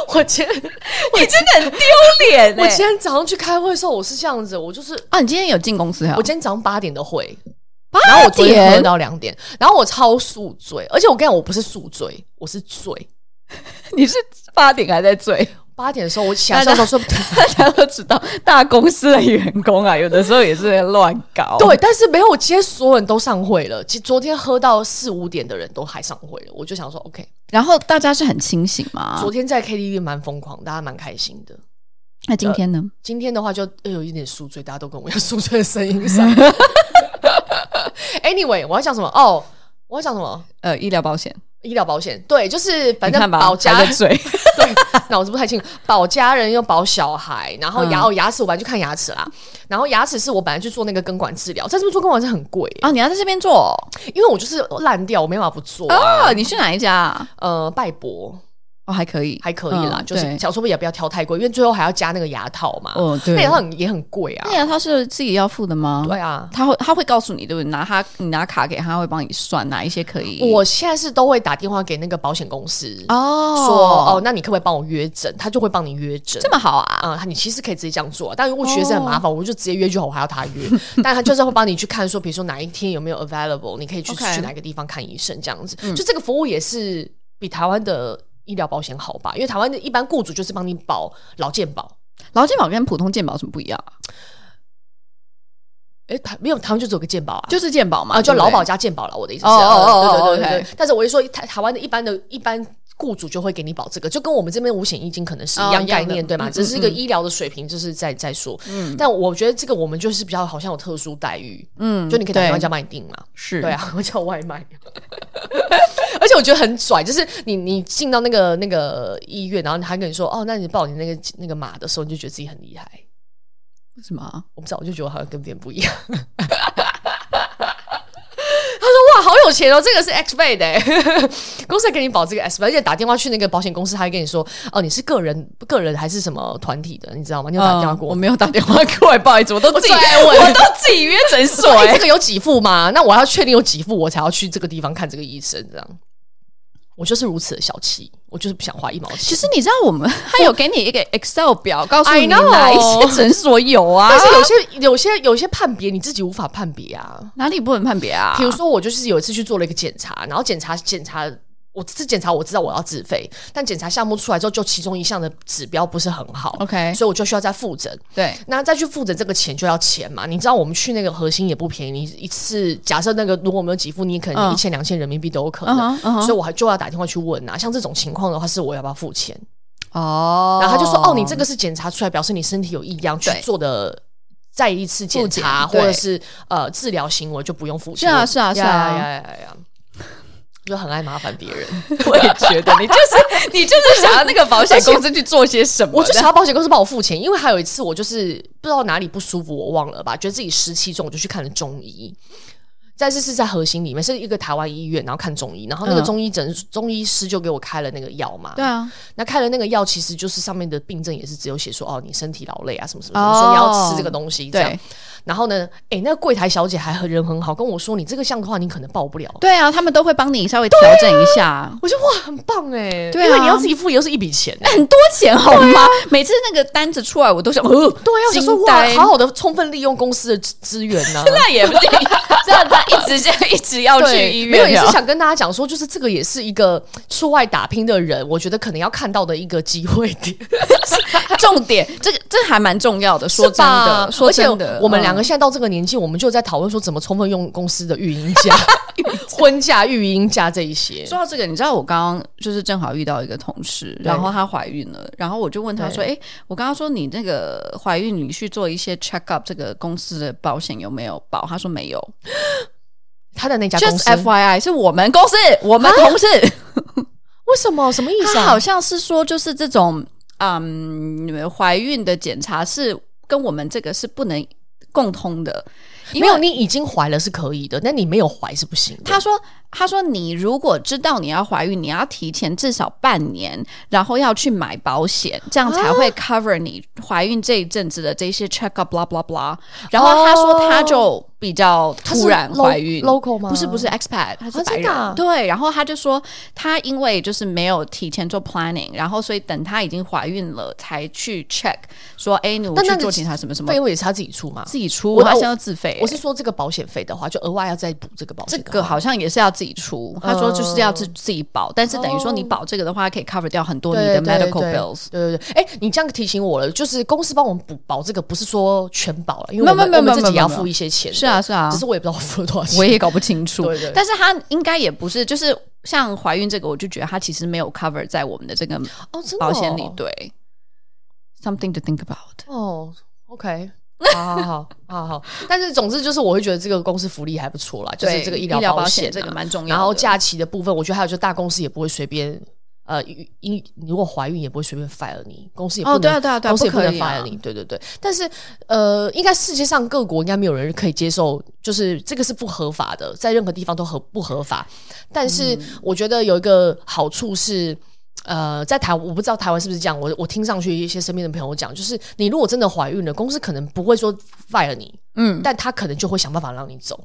S2: 我今天
S1: 你真的很丢脸欸
S2: 我今天早上去开会的时候，我是这样子，我就是
S1: 啊，你今天有进公司啊？
S2: 我今天早上八点的会，
S1: 八
S2: 然后我昨天喝
S1: 点，
S2: 到两点，然后我超宿醉，而且我跟你讲，我不是宿醉，我是醉。
S1: 你是八点还在醉？
S2: 八点的时候我起来的时候说，
S1: 大家都知道，大公司的员工啊，有的时候也是会乱搞。
S2: 对，但是没有，我今天所有人都上会了，其昨天喝到四五点的人都还上会了，我就想说，OK，
S1: 然后大家是很清醒嘛
S2: 昨。天在 KTV 蛮疯狂，大家蛮开心的。
S1: 那今天呢？
S2: 今天的话就呃有一点宿醉，大家都跟我要宿醉的声音上。anyway，我要讲什么？哦，我要讲什么？
S1: 呃，医疗保险，
S2: 医疗保险，对，就是反
S1: 你
S2: 正
S1: 看吧
S2: 保家
S1: 还在醉，
S2: 对，脑子不太清楚，保家人又保小孩，然后牙、
S1: 嗯
S2: 哦牙齿，我本来去看牙齿啦，然后牙齿是我本来去做那个根管治疗，在这边做根管是很贵、
S1: 啊！你要在这边做哦
S2: 因为我就是烂掉，我没办法不做、啊。
S1: 哦？你去哪一家啊？
S2: 呃，拜博
S1: 哦，还可以，
S2: 还可以啦，
S1: 嗯
S2: 就是
S1: 对
S2: 小时候也不要挑太贵，因为最后还要加那个牙套嘛，
S1: 哦，对
S2: 那牙套很也很贵啊
S1: 那。牙套是自己要付的吗？
S2: 对啊，
S1: 他会他会告诉你，对不对？拿他你拿卡给他，他会帮你算哪一些可以。
S2: 我现在是都会打电话给那个保险公司。
S1: 嗯哦
S2: 说哦，那你可不可以帮我约诊？他就会帮你约诊。
S1: 这么好啊？哦
S2: 啊、你其实可以直接这样做，啊但如果觉得是很麻烦，我就直接约就好，我还要他约。但他就是会帮你去看，说比如说哪一天有没 有 available，你可以去
S1: OK
S2: 去哪个地方看医生这样子。
S1: 嗯
S2: 就这个服务也是比台湾的医疗保险好吧？因为台湾的一般雇主就是帮你保劳健保，
S1: 劳健保跟普通健保有什么不一样啊？
S2: 诶，台哎没有台湾就只有个健保啊。
S1: 哦就是健保嘛，
S2: 啊，就
S1: 对不
S2: 劳
S1: 对
S2: 保加健保了，我的意思是，
S1: 哦
S2: 啊
S1: 哦哦
S2: 对对对对对
S1: OK。
S2: 但是我一说台台湾的一般的一般雇主就会给你保这个，就跟我们这边五险一金可能是一
S1: 哦
S2: 样
S1: 一样
S2: 概
S1: 的
S2: 念，对吗？
S1: 嗯
S2: 只是一个
S1: 嗯嗯
S2: 医疗的水平，就是在在说。但我觉得这个我们就是比较好像有特殊待遇，
S1: 嗯
S2: 就你可以打电话
S1: 对
S2: 叫帮你订嘛。
S1: 是
S2: 对啊，我 叫外卖。而且我觉得很拽，就是你你进到那个那个医院，然后他跟你说哦，那你报你那个那个码的时候，你就觉得自己很厉害。
S1: 为什么啊？
S2: 我不知道，我就觉得我好像跟别人不一样。 他说：“哇，好有钱哦，这个是 X 倍的欸，公司还给你保这个 X 倍，而且打电话去那个保险公司，他还跟你说，哦，你是个人、个人还是什么团体的，你知道吗？你有打电话过
S1: 嗯我
S2: 吗？
S1: 没有打电话过来，不好意思，我都自己
S2: 我最爱问
S1: 我都自己约诊 所
S2: 说，哎、
S1: 哎、
S2: 这个有几副吗？那我要确定有几副，我才要去这个地方看这个医生。这样，我就是如此的小气，我就是不想花一毛
S1: 其
S2: 钱。
S1: 实你知道，我们他有给你一个 Excel 表，告诉
S2: I
S1: 你
S2: know
S1: 哪一些诊所有啊，
S2: 但是有些、有些、有些判别你自己无法判别啊。
S1: 哪里不能判别啊？
S2: 比如说，我就是有一次去做了一个检查，然后检查检查，我这次检查我知道我要自费，但检查项目出来之后，就其中一项的指标不是很好
S1: OK
S2: 所以我就需要再复诊。
S1: 对，
S2: 那再去复诊这个钱就要钱嘛？你知道我们去那个核心也不便宜，你一次假设那个如果没有给付，你可能
S1: 嗯
S2: 一千两千人民币都有可
S1: 嗯
S2: 能
S1: 哼嗯哼
S2: 所以我还就要打电话去问啊。像这种情况的话，是我要不要付钱？
S1: 哦
S2: 然后他就说：“哦，你这个是检查出来，表示你身体有异样，去
S1: 对
S2: 做的再一次检查
S1: 复
S2: 或
S1: 检
S2: 者
S1: 对
S2: 是呃治疗行为就不用付
S1: 是
S2: 钱。”
S1: 啊是啊是
S2: 呀
S1: 啊，
S2: 呀呀呀！就很爱麻烦别人，
S1: 我也觉得 你就是 你就是想要那个保险公司去做些什么，
S2: 我就想要保险公司帮我付钱，因为还有一次我就是不知道哪里不舒服，我忘了吧，觉得自己湿气重，我就去看了中医。但是是在核心里面，是一个台湾医院，然后看中医，然后那个
S1: 嗯
S2: 中医诊、中医师就给我开了那个药嘛，
S1: 对啊，
S2: 那开了那个药，其实就是上面的病症也是只有写说哦，你身体劳累啊，什么什么什么，
S1: 哦
S2: 说你要吃这个东西这样
S1: 对。
S2: 然后呢，诶，那个柜台小姐还很人很好，跟我说你这个项的话，你可能报不了。
S1: 对啊，他们都会帮你稍微调整一下。
S2: 我就哇，很棒哎、
S1: 对啊
S2: 因为你要自己付也是一笔钱、欸。
S1: 很多钱好吗？每次那个单子出来，啊我都想，呃，
S2: 对啊，我想说
S1: 惊
S2: 哇
S1: 呆，
S2: 好好的充分利用公司的资资源啊呢、
S1: 那也不行，这样他一直这样一直 要去
S2: 对，
S1: 医
S2: 没有
S1: 院
S2: 也
S1: 聊
S2: 是想跟大家讲说，就是这个也是一个出外打拼的人，我觉得可能要看到的一个机会点。
S1: 重点，这个这还蛮重要的。说
S2: 是
S1: 真
S2: 吧
S1: 的，说真
S2: 而
S1: 的
S2: 且，我们两
S1: 嗯
S2: 个现在到这个年纪，我们就在讨论说怎么充分用公司的育婴 假、婚假、育婴假这一些。
S1: 说到这个，你知道我刚刚就是正好遇到一个同事，
S2: 对
S1: 然后她怀孕了，然后我就问她说：“哎、我刚刚说你那个怀孕，你去做一些 check up，这个公司的保险有没有保？”她说没有。
S2: 他的那家公
S1: Just
S2: 司
S1: F Y I，是我们公司，我们同 事，
S2: 为什么？什么意思
S1: 她
S2: 啊
S1: 好？像是说就是这种嗯怀孕的检查是跟我们这个是不能共通的，因
S2: 没
S1: 为
S2: 有，你已经怀了是可以的，那你没有怀是不行的。
S1: 他说：“他说你如果知道你要怀孕，你要提前至少半年，然后要去买保险，这样才
S2: 啊
S1: 会 cover 你怀孕这一阵子的这些 check up blah blah blah。”然后他说他就比较突然
S2: 哦他是
S1: 怀孕
S2: lo- local 吗
S1: 不是不是 expat，他是白
S2: 真
S1: 人。
S2: 的啊
S1: 对，然后他就说他因为就是没有提前做 planning，然后所以等她已经怀孕了才去 check 说，哎，你我
S2: 但那
S1: 去
S2: 个
S1: 做检查什么什么
S2: 费，用也是他自己出嘛？
S1: 自己出，
S2: 我
S1: 他现在要自费、欸
S2: 我是说这个保险费的话，就额外要再补这个保
S1: 这
S2: 险的话。
S1: 个好像也是要自己出，他说就是要自自己保，但是等于说你保这个的话，可以 cover 掉很多你
S2: 哦对
S1: 的
S2: 对
S1: medical
S2: 对
S1: bills。
S2: 对对对，哎、你这样提醒我了，就是公司帮我们补保这个，不是说全保了，因为
S1: 没有
S2: 我们
S1: 没有
S2: 我
S1: 没有
S2: 们自己
S1: 没有
S2: 要
S1: 没有
S2: 付一些钱的。
S1: 是啊是啊
S2: 只是我也不知道我付了多少钱。
S1: 我也搞不清楚
S2: 对对，
S1: 但是他应该也不是，就是像怀孕这个，我就觉得他其实没有 cover 在我们的这个
S2: 哦，真的
S1: 保
S2: 哦
S1: 险里，对。Something to think about。
S2: 哦，OK。好好好好好， 但是总之就是，我会觉得这个公司福利还不错啦，就是
S1: 对
S2: 这个
S1: 医
S2: 疗保
S1: 保
S2: 险啊、
S1: 这个蛮重要的。
S2: 然后假期的部分，我觉得还有就是大公司也不会随便，呃，因你如果怀孕也不会随便 fire 你，公司也不能
S1: 哦对啊对啊对啊
S2: 公司也
S1: 不可
S2: 能
S1: 以啊
S2: fire 你，对对对。但是呃，应该世界上各国应该没有人可以接受，就是这个是不合法的，在任何地方都合不合法。但
S1: 嗯
S2: 是我觉得有一个好处是。呃，在台我不知道台湾是不是这样，我我听上去一些身边的朋友讲，就是你如果真的怀孕了，公司可能不会说 fire 你，
S1: 嗯，
S2: 但他可能就会想办法让你走。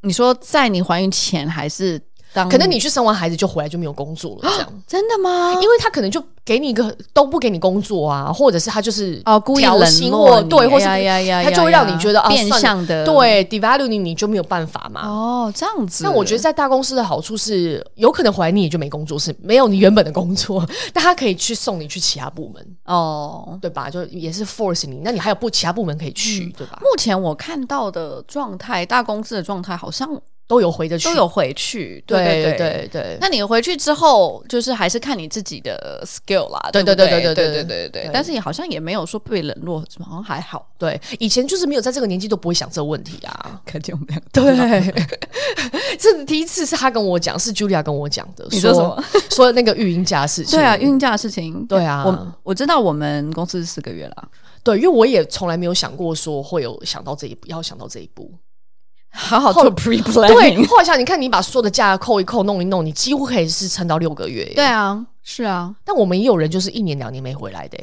S1: 你说在你怀孕前还是当？
S2: 可能你去生完孩子就回来就没有工作了，这样。
S1: 真的吗？
S2: 因为他可能就给你一个都不给你工作啊，或者是他就是
S1: 哦，故意
S2: 挑
S1: 冷
S2: 衅
S1: 落
S2: 或
S1: 你哎
S2: 对，或是
S1: 呀呀呀，
S2: 他就会
S1: 呀
S2: 让你觉得啊，
S1: 变
S2: 算了
S1: 相的
S2: 对 devalue 你，你就没有办法嘛。
S1: 哦，这样子。
S2: 那我觉得在大公司的好处是，有可能回来你也就没工作，是没有你原本的工作，但他可以去送你去其他部门，
S1: 哦，
S2: 对吧？就也是 force 你，那你还有不其他部门可以去，对吧？
S1: 目前我看到的状态，大公司的状态好像
S2: 都有回得去，
S1: 都有回去，
S2: 对
S1: 对
S2: 对
S1: 对。
S2: 对对。
S1: 那你回去之后，就是还是看你自己的 skill 啦，
S2: 对
S1: 对
S2: 对
S1: 不
S2: 对
S1: 对
S2: 对对对
S1: 对对
S2: 对
S1: 对。但是也好像也没有说被冷落，什么好像还好。
S2: 对，以前就是没有在这个年纪都不会想这个问题啊。
S1: 看见我们两个，
S2: 对， 这第一次是他跟我讲，是 Julia 跟我讲的。
S1: 你说什么？
S2: 说那个育婴假的事情。
S1: 对啊，孕假的事情，
S2: 对啊
S1: 我我知道我们公司是四个月啦，
S2: 对，因为我也从来没有想过说会有想到这一步，要想到这一步。
S1: 好好做 pre
S2: 对，
S1: planning。
S2: 后来想，你看你把所有的假扣一扣、弄一弄，你几乎可以是撑到六个月。
S1: 对，啊， 是啊，
S2: 但我们也有人就是一年两年没回来的、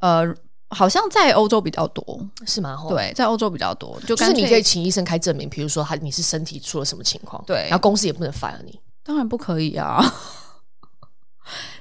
S1: 呃，好像在欧洲比较多，
S2: 是吗？吼。
S1: 对，在欧洲比较多，哦就
S2: 就是
S1: 干脆
S2: 你可以请医生开证明，比如说他你是身体出了什么情况，
S1: 对
S2: 然后公司也不能 fire 你。
S1: 当然不可以啊。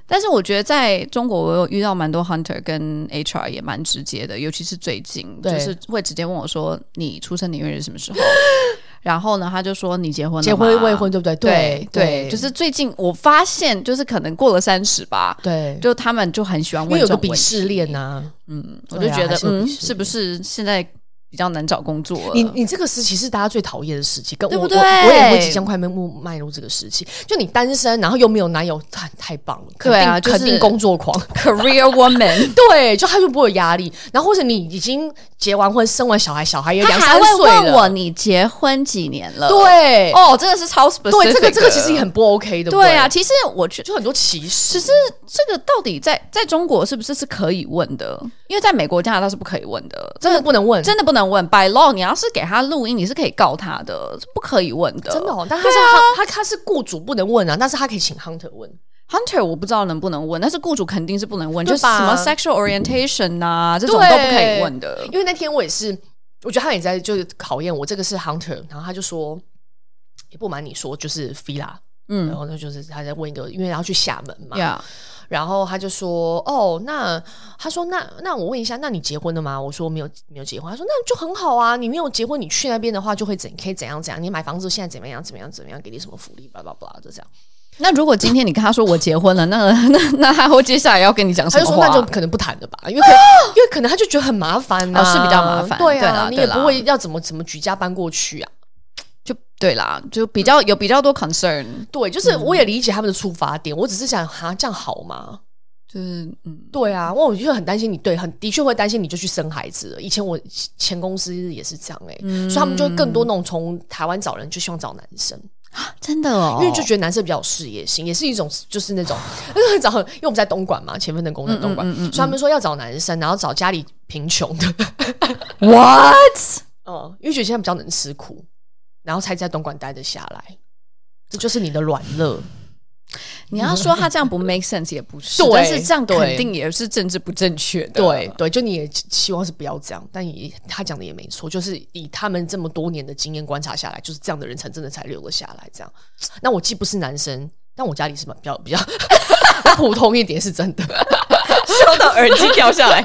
S1: 但是我觉得在中国，我有遇到蛮多 hunter 跟 HR 也蛮直接的，尤其是最近，
S2: 对
S1: 就是会直接问我说你出生年月日是什么时候， 然后呢，他就说你结婚了吗
S2: 结婚未婚，，对不对？
S1: 对
S2: 对，
S1: 就是最近我发现，就是可能过了三十吧，
S2: 对，
S1: 就他们就很喜欢
S2: 因
S1: 问
S2: 为有
S1: 这
S2: 个
S1: 种
S2: 鄙
S1: 问
S2: 视
S1: 题
S2: 链，啊。
S1: 嗯，我
S2: 对
S1: 就
S2: 啊
S1: 觉
S2: 还
S1: 得
S2: 是有鄙
S1: 嗯，
S2: 视链
S1: 是不是现在比较难找工作了？
S2: 你 你这个时期是大家最讨厌的时期，跟我
S1: 对不对
S2: 我我也会即将快迈入迈入这个时期。就你单身，然后又没有男友，太太棒了，肯定
S1: 对啊就是
S2: 肯定工作狂。
S1: career woman，
S2: 对，就他就不会有压力。然后或者你已经结完婚、生完小孩，小孩也
S1: 他
S2: 两
S1: 还
S2: 三
S1: 会
S2: 岁
S1: 问我
S2: 了，
S1: 你结婚几年了？。
S2: 对、
S1: 哦，真的是超 specific
S2: 欸对，这个
S1: 的
S2: 这个其实也很不 OK 的，
S1: 对啊。，其实我觉得，
S2: 就很多歧视
S1: 只。是这个到底在在中国是不是是可以问的？因为在美国、加拿大是不可以问的，
S2: 真的不能问，
S1: 真的不能问。By law，你要是给他录音，你是可以告他的，是不可以问的。
S2: 真的、哦，但他是、他他他是雇主不能问啊，但是他可以请 hunter 问。
S1: Hunter 我不知道能不能问，但是雇主肯定是不能问，
S2: 对
S1: 就是什
S2: 吧
S1: 么 sexual orientation 啊，这种
S2: 对
S1: 都不可以问的。
S2: 因为那天我也是，我觉得他也在就是考验我，这个是 Hunter，然后他就说，也不瞒你说，就是 Fila，然
S1: 嗯
S2: 后那就是他在问一个，因为他要去厦门嘛，
S1: 呀，
S2: 然后他就说：“哦，那他说那那我问一下，那你结婚了吗？”我说：“没有，没有结婚。”他说：“那就很好啊，你没有结婚，你去那边的话就会怎可以怎样怎样，你买房子现在怎么样怎么样怎么样，给你什么福利，巴拉巴拉就这样。
S1: 那如果今天你跟他说我结婚了，那 那那他会接下来要跟你讲”什
S2: 他就
S1: 么
S2: 说：“
S1: 话？啊
S2: 那就可能不谈了吧，因为可能因为可能他就觉得很麻烦呐、
S1: 哦是比较麻烦
S2: 对
S1: 对
S2: 啊，
S1: 啦
S2: 你
S1: 对
S2: 也
S1: 啦
S2: 不会要怎么怎么举家搬过去啊。”
S1: 就对啦，就比较有比较多 concern，
S2: 对，就是我也理解他们的出发点，我只是想，哈，这样好吗？
S1: 就是嗯
S2: 对啊，我我就很担心你，对，很的确会担心你就去生孩子了。以前我前公司也是这样哎、所以他们就更多那种从台湾找人，就希望找男生，
S1: 真的哦，
S2: 因为就觉得男生比较有事业心，也是一种就是那种因为找，因为我们在东莞嘛，前面的工作东莞，所以他们说要找男生，然后找家里贫穷的，
S1: 得 what
S2: 嗯，因为觉得现在比较能吃苦，然后才在东莞待得下来，这就是你的软肋。
S1: 你要说他这样不 make sense 也不是，
S2: 对
S1: 但是这样
S2: 对
S1: 肯定也是政治不正确的，
S2: 对对，就你也希望是不要这样，但也他讲的也没错，就是以他们这么多年的经验观察下来，就是这样的人才真的才留了下来。这样，那我既不是男生，但我家里是蛮比较比 较普通一点，是真的，哎
S1: 笑到耳机掉下来。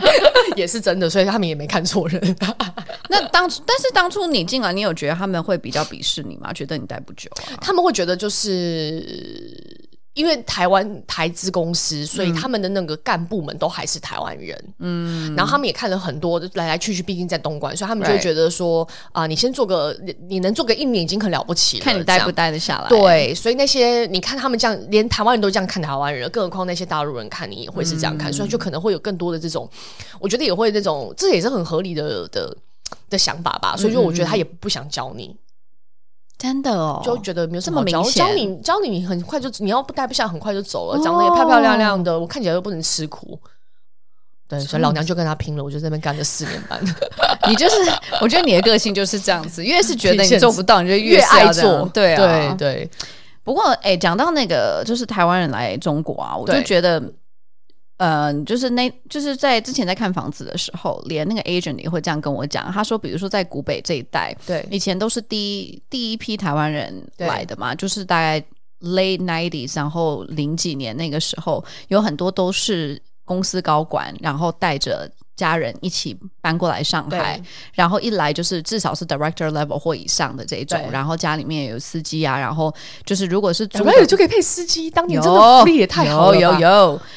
S2: 也是真的，所以他们也没看错人。
S1: 那当初，但是当初你进来，你有觉得他们会比较鄙视你吗？觉得你待不久啊？
S2: 他们会觉得就是。因为台湾台资公司，所
S1: 嗯
S2: 以他们的那个干部们都还是台湾人，嗯，然后他们也看了很多来来去去，毕竟在东莞，所以他们就会
S1: Right
S2: 觉得说啊、你先做个，你你能做个一年已经很了不起了，
S1: 看你待
S2: 这样
S1: 不待得下来。，
S2: 对，所以那些你看他们这样，连台湾人都这样看台湾人了，更何况那些大陆人看你也会是这样
S1: 嗯
S2: 看，所以就可能会有更多的这种，我觉得也会那种，这也是很合理的的的想法
S1: 嗯
S2: 吧。所以就我觉得他也不想教你，
S1: 真的哦，
S2: 就觉得没有什
S1: 这么
S2: 好教，
S1: 明
S2: 教
S1: 显哦
S2: 你教你你很快就你要不待不下，很快就走了，长得也漂漂亮亮的，我看起来又不能吃苦。对，所以老娘就跟他拼了，我就在那边干了四年 半，
S1: 你就是，我觉得你的个性就是这样子，越是觉得
S2: 挺
S1: 你
S2: 现
S1: 做不到，你就
S2: 越
S1: 是要
S2: 爱
S1: 这样
S2: 做，
S1: 对啊，
S2: 对对，
S1: 不过，哎、讲到那个就是台湾人来中国啊，我就
S2: 对
S1: 觉得，嗯、就是那就是在之前在看房子的时候，连那个 agent 也会这样跟我讲，他说，比如说在古北这一带，
S2: 对
S1: 以前都是第一第一批台湾人
S2: 对
S1: 来的嘛，就是大概 late nineties，然后零几年那个时候，有很多都是公司高管，然后带着。家人一起搬过来上海
S2: 对，
S1: 然后一来就是至少是 director level 或以上的这一种
S2: 对，
S1: 然后家里面也有司机啊，然后就是如果是租
S2: 主
S1: 的
S2: 要就可以配司机，当年真的
S1: 有
S2: 福利也太好了吧，
S1: 有有有。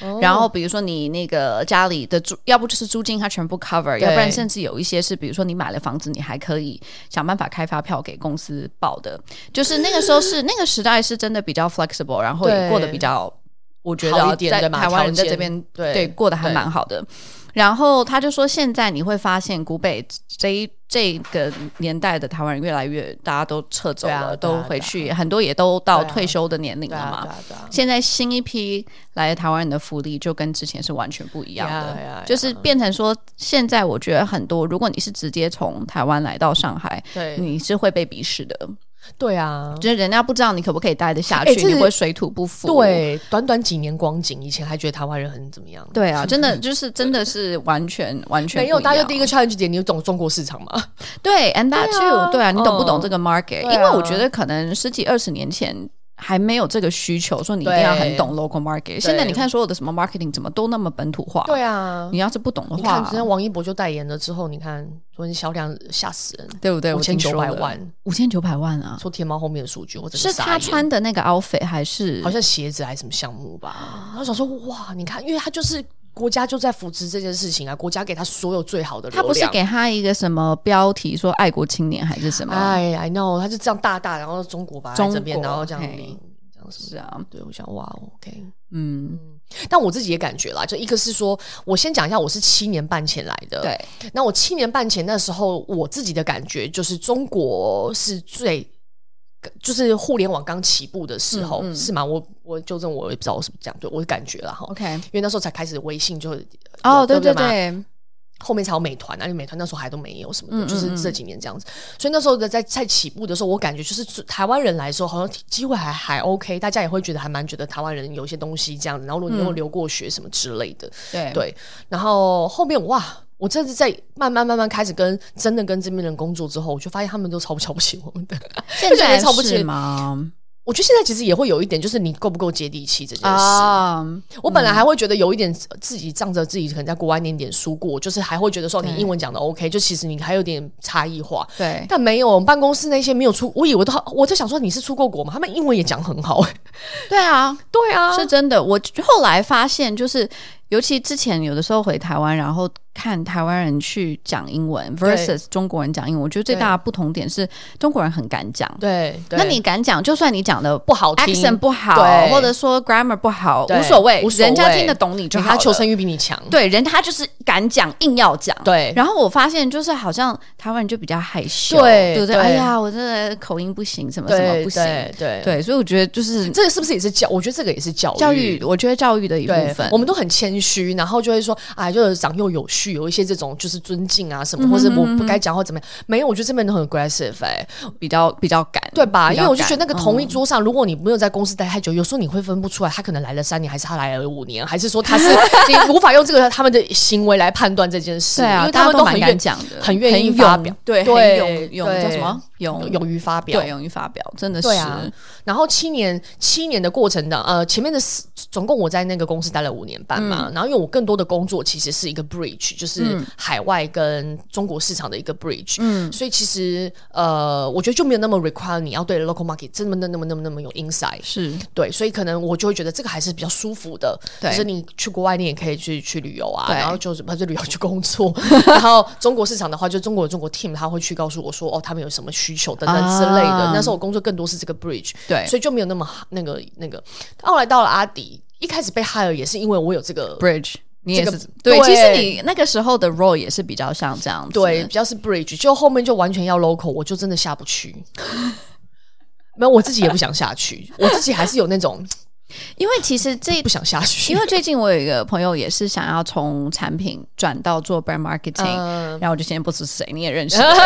S2: 哦
S1: 然后比如说你那个家里的租，要不就是租金它全部 cover，要不然甚至有一些是，比如说你买了房子，你还可以想办法开发票给公司报的。就是那个时候是 那个时代是真的比较 flexible，然后也
S2: 对
S1: 过得比较，我觉
S2: 好
S1: 得
S2: 一点
S1: 在
S2: 对吧
S1: 台湾人在
S2: 条件
S1: 这边
S2: 对
S1: 对过得还
S2: 对
S1: 蛮好的。然后他就说，现在你会发现古北这一这个年代的台湾人越来越，大家都撤走
S2: 对啊
S1: 了，
S2: 对啊
S1: 都回
S2: 对啊
S1: 去，很多也都到
S2: 对啊
S1: 退休的年龄
S2: 对
S1: 了
S2: 啊
S1: 嘛。
S2: 对啊对啊
S1: 现在新一批来的台湾人的福利就跟之前是完全不一样的啊
S2: Yeah, yeah,
S1: 就是变成说，现在我觉得很多，如果你是直接从台湾来到上海，
S2: 对
S1: 你是会被鄙视的，
S2: 对啊，
S1: 就是人家不知道你可不可以待得下去，
S2: 哎这是
S1: 你会水土不服。，
S2: 对，短短几年光景，以前还觉得台湾人很怎么样，
S1: 对啊，真 的就是真的是完全完全
S2: 没有，大家就第一
S1: 个
S2: 个 challenge 点，你有懂中国市场吗？
S1: 对，and that
S2: 对啊
S1: too，对啊，你懂不懂
S2: 嗯
S1: 这个 market？
S2: 对啊
S1: 因为我觉得可能十几二十年前。还没有这个需求，说你一定要很懂 local market。现在你看所有的什么 marketing 怎么都那么本土化，
S2: 对啊
S1: 你，要是不懂的
S2: 你
S1: 话
S2: 看，之前王一博就代言了之后，你看昨天销量吓死人，
S1: 对不对？
S2: 五
S1: 我
S2: 千
S1: 听
S2: 九
S1: 说
S2: 百
S1: 了
S2: 万，
S1: 五千九百万啊！
S2: 说天猫后面的数据，我真的
S1: 是
S2: 傻
S1: 他
S2: 眼
S1: 穿的那个 outfit 还是？
S2: 好像鞋子还是什么项目吧，然后想说哇，你看，因为他就是。国家就在扶持这件事情啊，国家给他所有最好的流
S1: 他
S2: 量。
S1: 不是给他一个什么标题说爱国青年还是什么？
S2: 哎，I know，他就这样大大，然后中国吧
S1: 中
S2: 这边，
S1: 国
S2: 然后这样
S1: 嘿
S2: 领，这样什么
S1: 哦是啊，
S2: 对，我想哇，OK。
S1: 嗯，
S2: 但我自己也感觉啦，就一个是说，我先讲一下，我是七年半前来的。，
S1: 对，
S2: 那我七年半前那时候，我自己的感觉就是中国是最，就是互联网刚起步的时候，
S1: 嗯嗯
S2: 是吗？我我纠正我也不知道我是不是这样，对我的感觉啦哈。
S1: ，OK，
S2: 因为那时候才开始微信就
S1: 哦，对对
S2: 对不嘛
S1: 对，
S2: 后面才有美团啊，因为美团那时候还都没有什么
S1: 嗯
S2: 的，
S1: 嗯
S2: 就是这几年这样子。所以那时候的在在起步的时候，我感觉就是台湾人来说，好像机会还还 OK，大家也会觉得还蛮觉得台湾人
S1: 嗯
S2: 有一些东西这样子。然后如果你有留过学什么之类的，
S1: 对
S2: 对。然后后面哇，我我这是在慢慢慢慢开始跟真的跟这边人工作之后，我就发现他们都超不瞧不起我们的。
S1: 现在
S2: 超不起
S1: 是吗？
S2: 我觉得现在其实也会有一点，就是你够不够接地气这件事。
S1: 啊，
S2: 我本来还会觉得有一点自己仗着自己可能在国外念点书过，就是还会觉得说你
S1: 对
S2: 英文讲的 OK，就其实你还有点差异化。
S1: 对，
S2: 但没有，我们办公室那些没有出，我以为都我在想说你是出过国吗？他们英文也讲很好、欸，
S1: 对啊，
S2: 对啊
S1: 是真的。我后来发现，就是尤其之前有的时候回台湾，然后看台湾人去讲英文
S2: 对
S1: versus 中国人讲英文，我觉得最大的不同点是中国人很敢讲。
S2: 对，对
S1: 那你敢讲，就算你讲的
S2: 不好听
S1: accent 不好
S2: 对，
S1: 或者说 grammar 不好，
S2: 对
S1: 无所谓
S2: 无，所谓
S1: 人家听得懂你就
S2: 就
S1: 好了
S2: 他求生欲比你强，
S1: 对，人他就是敢讲，硬要讲。
S2: 对
S1: 然后我发现，就是好像台湾人就比较害羞，
S2: 对
S1: 对不对？
S2: 对
S1: 哎呀，我真的口音不行，什么什么
S2: 对
S1: 不行，
S2: 对对
S1: 对，所以我觉得就是
S2: 这个是不是也是教？我觉得这个也是教育
S1: 教育，我觉得教育的一部
S2: 对
S1: 分，。
S2: 我们都很谦虚，然后就会说，哎，就是长幼有序，有一些这种就是尊敬啊什么，或者我不该讲或怎么样。没有，我觉得这边都很 aggressive，哎、
S1: 比较比较敢，
S2: 对吧？
S1: 比
S2: 因
S1: 较
S2: 为我就觉得那个
S1: 敢
S2: 同一桌上，如果你没有在公司待太久，有时候你会分不出来，他可能来了三年，还是他来了五年，还是说他是 你无法用这个他们的行为来判断这件事，
S1: 对啊，
S2: 因为
S1: 大
S2: 他
S1: 家
S2: 们
S1: 都
S2: 很
S1: 蛮
S2: 愿
S1: 敢讲的，
S2: 很愿意
S1: 勇
S2: 发表
S1: 对，
S2: 对
S1: 很勇勇
S2: 对
S1: 叫什么勇
S2: 勇于发表
S1: 对，。勇于发表，真的是
S2: 对啊，然后七年七年的过程呢，呃，前面的四总共我在那个公司待了五年半嘛，
S1: 嗯
S2: 然后因为我更多的工作其实是一个 bridge，就是海外跟中国市场的一个 bridge，嗯，所以其实呃，我觉得就没有那么 require 你要对 local market 这么那那么那么那么有 insight，
S1: 是
S2: 对，所以可能我就会觉得这个还是比较舒服的，就
S1: 对
S2: 是你去国外你也可以去去旅游啊，
S1: 对
S2: 然后就是不是旅游去工 作，然后中国市场的话，就中国有中国 team 他会去告诉我说哦，他们有什么需求等等之类的。
S1: 啊
S2: 那时候我工作更多是这个 bridge，
S1: 对
S2: 所以就没有那么那个那个。后来到了阿迪，一开始被 hire 也是因为我有这个
S1: bridge，你也
S2: 这
S1: 是、
S2: 个
S1: 对，
S2: 对
S1: 其实你那个时候的 role 也是比较像这样子，
S2: 对，比较是 bridge，就后面就完全要 local，我就真的下不去。没有，我自己也不想 下去，我自己还是有那种
S1: 因为其实这
S2: 不想下去
S1: 因。为最近我有一个朋友也是想要从产品转到做 brand marketing，、
S2: 嗯
S1: 然后我就先不是谁，你也 认识。然后，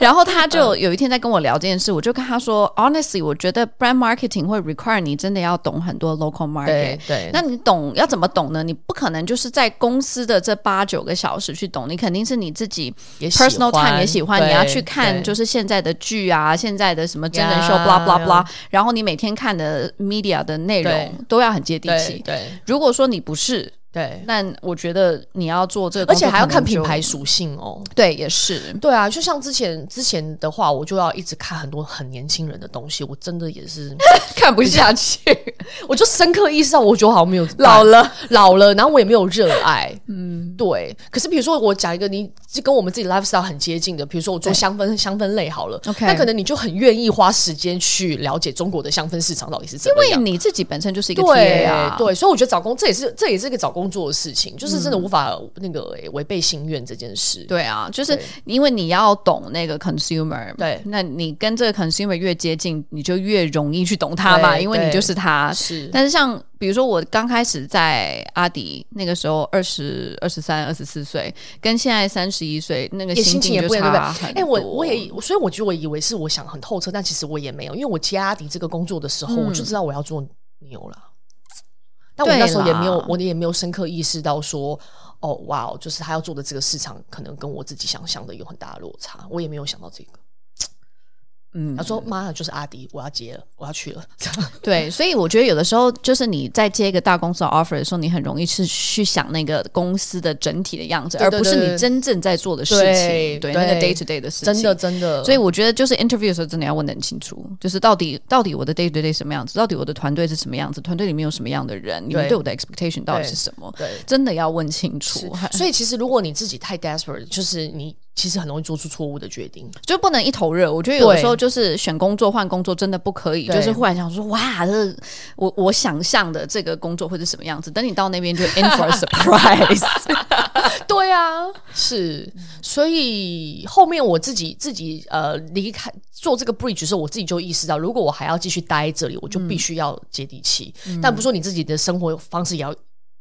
S1: 然后他
S2: 嗯
S1: 就有一天在跟我聊这件事，我就跟他说，Honestly，我觉得 brand marketing 会 require 你真的要懂很多 local
S2: 对
S1: market。
S2: 对，
S1: 那你懂要怎么懂呢？你不可能就是在公司的这八九个小时去懂，你肯定是你自己
S2: 也喜欢
S1: personal time 也喜欢，
S2: 对
S1: 你要去看
S2: 对
S1: 就是现在的剧啊，现在的什么真人秀
S2: Yeah，
S1: blah blah blah，
S2: yeah
S1: 然后你每天看的 media 的内
S2: 对
S1: 容都要很接地
S2: 对
S1: 气。
S2: 对
S1: 如果说你不是，
S2: 对，
S1: 那我觉得你要做这个
S2: 而
S1: 工
S2: 且
S1: 作可能就，
S2: 还要看品牌属性哦。
S1: 对，也 是。
S2: 对啊，就像之前之前的话，我就要一直看很多很年轻人的东西，我真的也是，
S1: 看不下去，
S2: 我就深刻意识到，我觉得我好像没有
S1: 老了。
S2: 老了，然后我也没有热爱，嗯，对。可是比如说我讲一个你就跟我们自己 lifestyle 很接近的，比如说我做香氛香氛类好了
S1: OK
S2: 那可能你就很愿意花时间去了解中国的香氛市场到底是 怎
S1: 因
S2: 么
S1: 为
S2: 样。
S1: 你自己本身就是一个 TA
S2: 对
S1: 啊，
S2: 对，所以我觉得找工这也是这也是一个找工作的事情，就是真的无法那个诶违背心愿这件事。
S1: 嗯对啊，就是
S2: 对
S1: 因为你要懂那个 consumer，
S2: 对
S1: 那你跟这个 consumer 越接近，你就越容易去懂他嘛，
S2: 对
S1: 因为你就是他。
S2: 是
S1: 啊但是像比如说我刚开始在阿迪那个时候，二十二十三、二十四岁，跟现在三十一岁，那个
S2: 也心情
S1: 境
S2: 也
S1: 就
S2: 不一样，对
S1: 差
S2: 不对
S1: 很？
S2: 哎、我
S1: 多
S2: 我也，所以我觉得我以为是我想很透彻，但其实我也没有，因为我接阿迪这个工作的时候，我就知道我要做牛了。但我
S1: 嗯对
S2: 那时候也没有
S1: 啦，
S2: 我也没有深刻意识到说，哦，哇哦，就是他要做的这个市场，可能跟我自己想象的有很大的落差，我也没有想到这个。
S1: 嗯
S2: 他，说：“妈呀，就是阿迪，我要接了，我要 去了。
S1: 对，所以我觉得有的时候就是你在接一个大公司的 offer 的时候，你很容易是去想那个公司的整体的样子，
S2: 对对
S1: 而不是
S2: 对
S1: 你真正在做的事情，
S2: 对
S1: 对那个
S2: 对
S1: day to day 的事情。
S2: 真的，，真的。
S1: 所以我觉得就是 interview 的时候，真的要问得很清楚，就是到底到底我的 day to day 什么样子，到底我的团队是什么样子，团队里面有什么样的人，你们
S2: 对
S1: 对我的 expectation 到底是什么，
S2: 对，
S1: 真的要问清楚，
S2: 所以其实如果你自己太 desperate，就是你其实很容易做出错误的决定。
S1: 就不能一头热。我觉得有的
S2: 对
S1: 时候就是选工作换工作真的不可以，
S2: 对
S1: 就是忽然想说哇，这我我想象的这个工作会是什么样子，等你到那边就 in for a surprise。
S2: 对啊，是，所以后面我自己自己呃离开做这个 bridge 的时候，我自己就意识到，如嗯果我还要继续待这里，我就必须要接地气。但不是说你自己的生活方式也要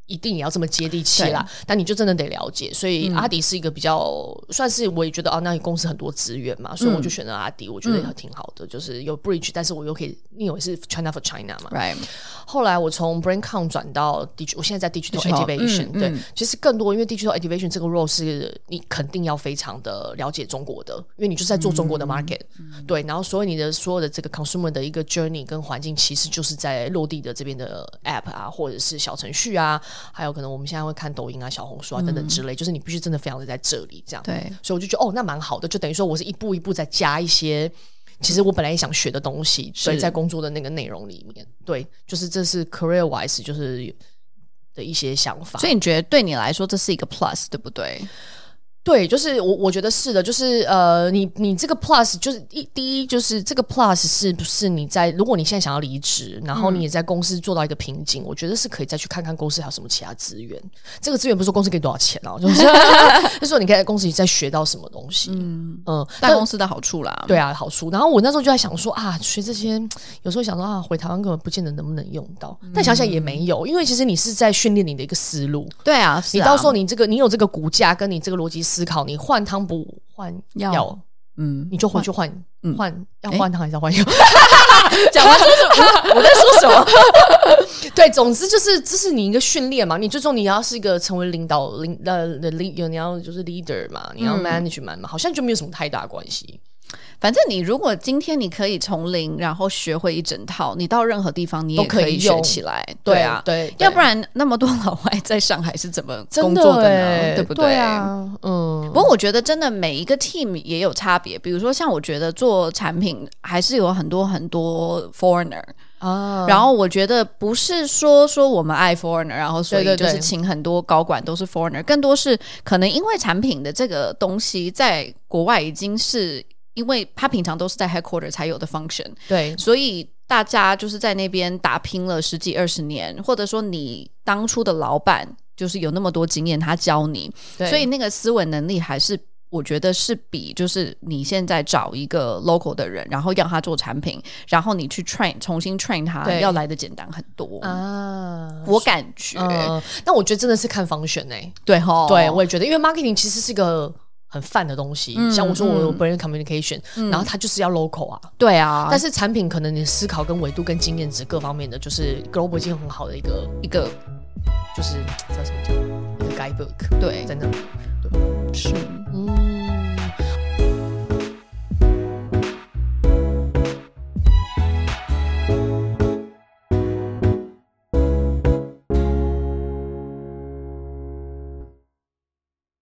S2: 一定也要这么接地气啦，但你就真的得了解。所以阿迪是一个比较算是我也觉得啊，那你公司很多资源嘛，所以我就选择阿迪，我觉得也挺好的，就是有 bridge，但是我又可以，因为我是 China for China 嘛。
S1: ，right？
S2: 后来我从 BrainCon 转到 Dig，我现在在 Digital
S1: Digital，
S2: Activation，、
S1: 嗯
S2: 对，
S1: 嗯
S2: 其实更多因为 Digital Activation 这个 role 是你肯定要非常的了解中国的，因为你就是在做
S1: 嗯
S2: 中国的 market，、对，然后所有你的所有的这个 consumer 的一个 journey 跟环境，其实就是在落地的这边的 app 啊，或者是小程序啊，还有可能我们现在会看抖音啊、小红书啊等等之类，就是你必须真的非常的在这里这样，
S1: 嗯对，
S2: 所以我就觉得哦，那蛮好的，就等于说我是一步一步在加一些。其实我本来也想学的东西，所以在工作的那个内容里面，对，就是这是 career wise 就是的一些想法。
S1: 所以你觉得对你来说这是一个 plus，对不对？
S2: 对，就是我我觉得是的，就是呃，你你这个 plus 就是一第一就是这个 plus 是不是你在如果你现在想要离职，然
S1: 嗯
S2: 后你也在公司做到一个瓶颈，我觉得是可以再去看看公司还有什么其他资源。这个资源不是说公司给你多少钱哦、就是 就是说你可以在公司里再学到什么东西。嗯嗯，
S1: 大公司的好处啦，
S2: 对啊，好书。然后我那时候就在想说啊，学这些有时候想说啊，回台湾根本不见得能不能用到，
S1: 嗯
S2: 但想想也没有，因为其实你是在训练你的一个思路。
S1: 对啊，是
S2: 你
S1: 啊
S2: 到时候你这个你有这个骨架，跟你这个逻辑思考，你换汤不换
S1: 要
S2: 药，
S1: 嗯，
S2: 你就回去换
S1: 嗯
S2: 换要
S1: 诶
S2: 换汤还是要换药？
S1: 讲完说什 么？我在说什么？
S2: 对，总之就是这是你一个训练嘛，你最终你要是一个成为领导领呃 lead，你要就是 leader 嘛，你要
S1: 嗯
S2: management 嘛，好像就没有什么太大关系。
S1: 反正你如果今天你可以从零，然后学会一整套，你到任何地方你也
S2: 都可以
S1: 以学
S2: 用
S1: 起来。对啊，
S2: 对，
S1: 要不然那么多老外在上海是怎么
S2: 真
S1: 工
S2: 的
S1: 作的
S2: 欸
S1: 呢？对不
S2: 对？啊，嗯。
S1: 不过我觉得真的每一个 team 也有差别，比如说像我觉得做产品还是有很多很多 foreigner，、
S2: 啊，
S1: 然后我觉得不是说说我们爱 foreigner，然后所
S2: 对
S1: 以
S2: 对
S1: 就
S2: 对
S1: 是请很多高管都是 foreigner，更多是可能因为产品的这个东西在国外已经是因为它平常都是在 headquarter 才有的 function，
S2: 对
S1: 所以大家就是在那边打拼了十几二十年，或者说你当初的老板就是有那么多经验，他教你，
S2: 对，
S1: 所以那个思维能力还是。我觉得是比就是你现在找一个 local 的人，然后让他做产品，然后你去 train 重新 train 他，
S2: 对
S1: 要来的简单很多。
S2: 啊，
S1: 我感觉、
S2: 嗯，那我觉得真的是看方选呢、欸哦
S1: 对吼，
S2: 对，我也觉得，因为 marketing 其实是一个很泛的东西，像我说我有 brand communication，、然后它就是要 local 嗯啊。
S1: 对啊，
S2: 但是产品可能你的思考跟维度跟经验值各方面的，就是 global 已经很好的一个，
S1: 一个
S2: 就是叫什么讲，一个 guidebook
S1: 对
S2: 在那里。
S1: 是。
S2: 嗯。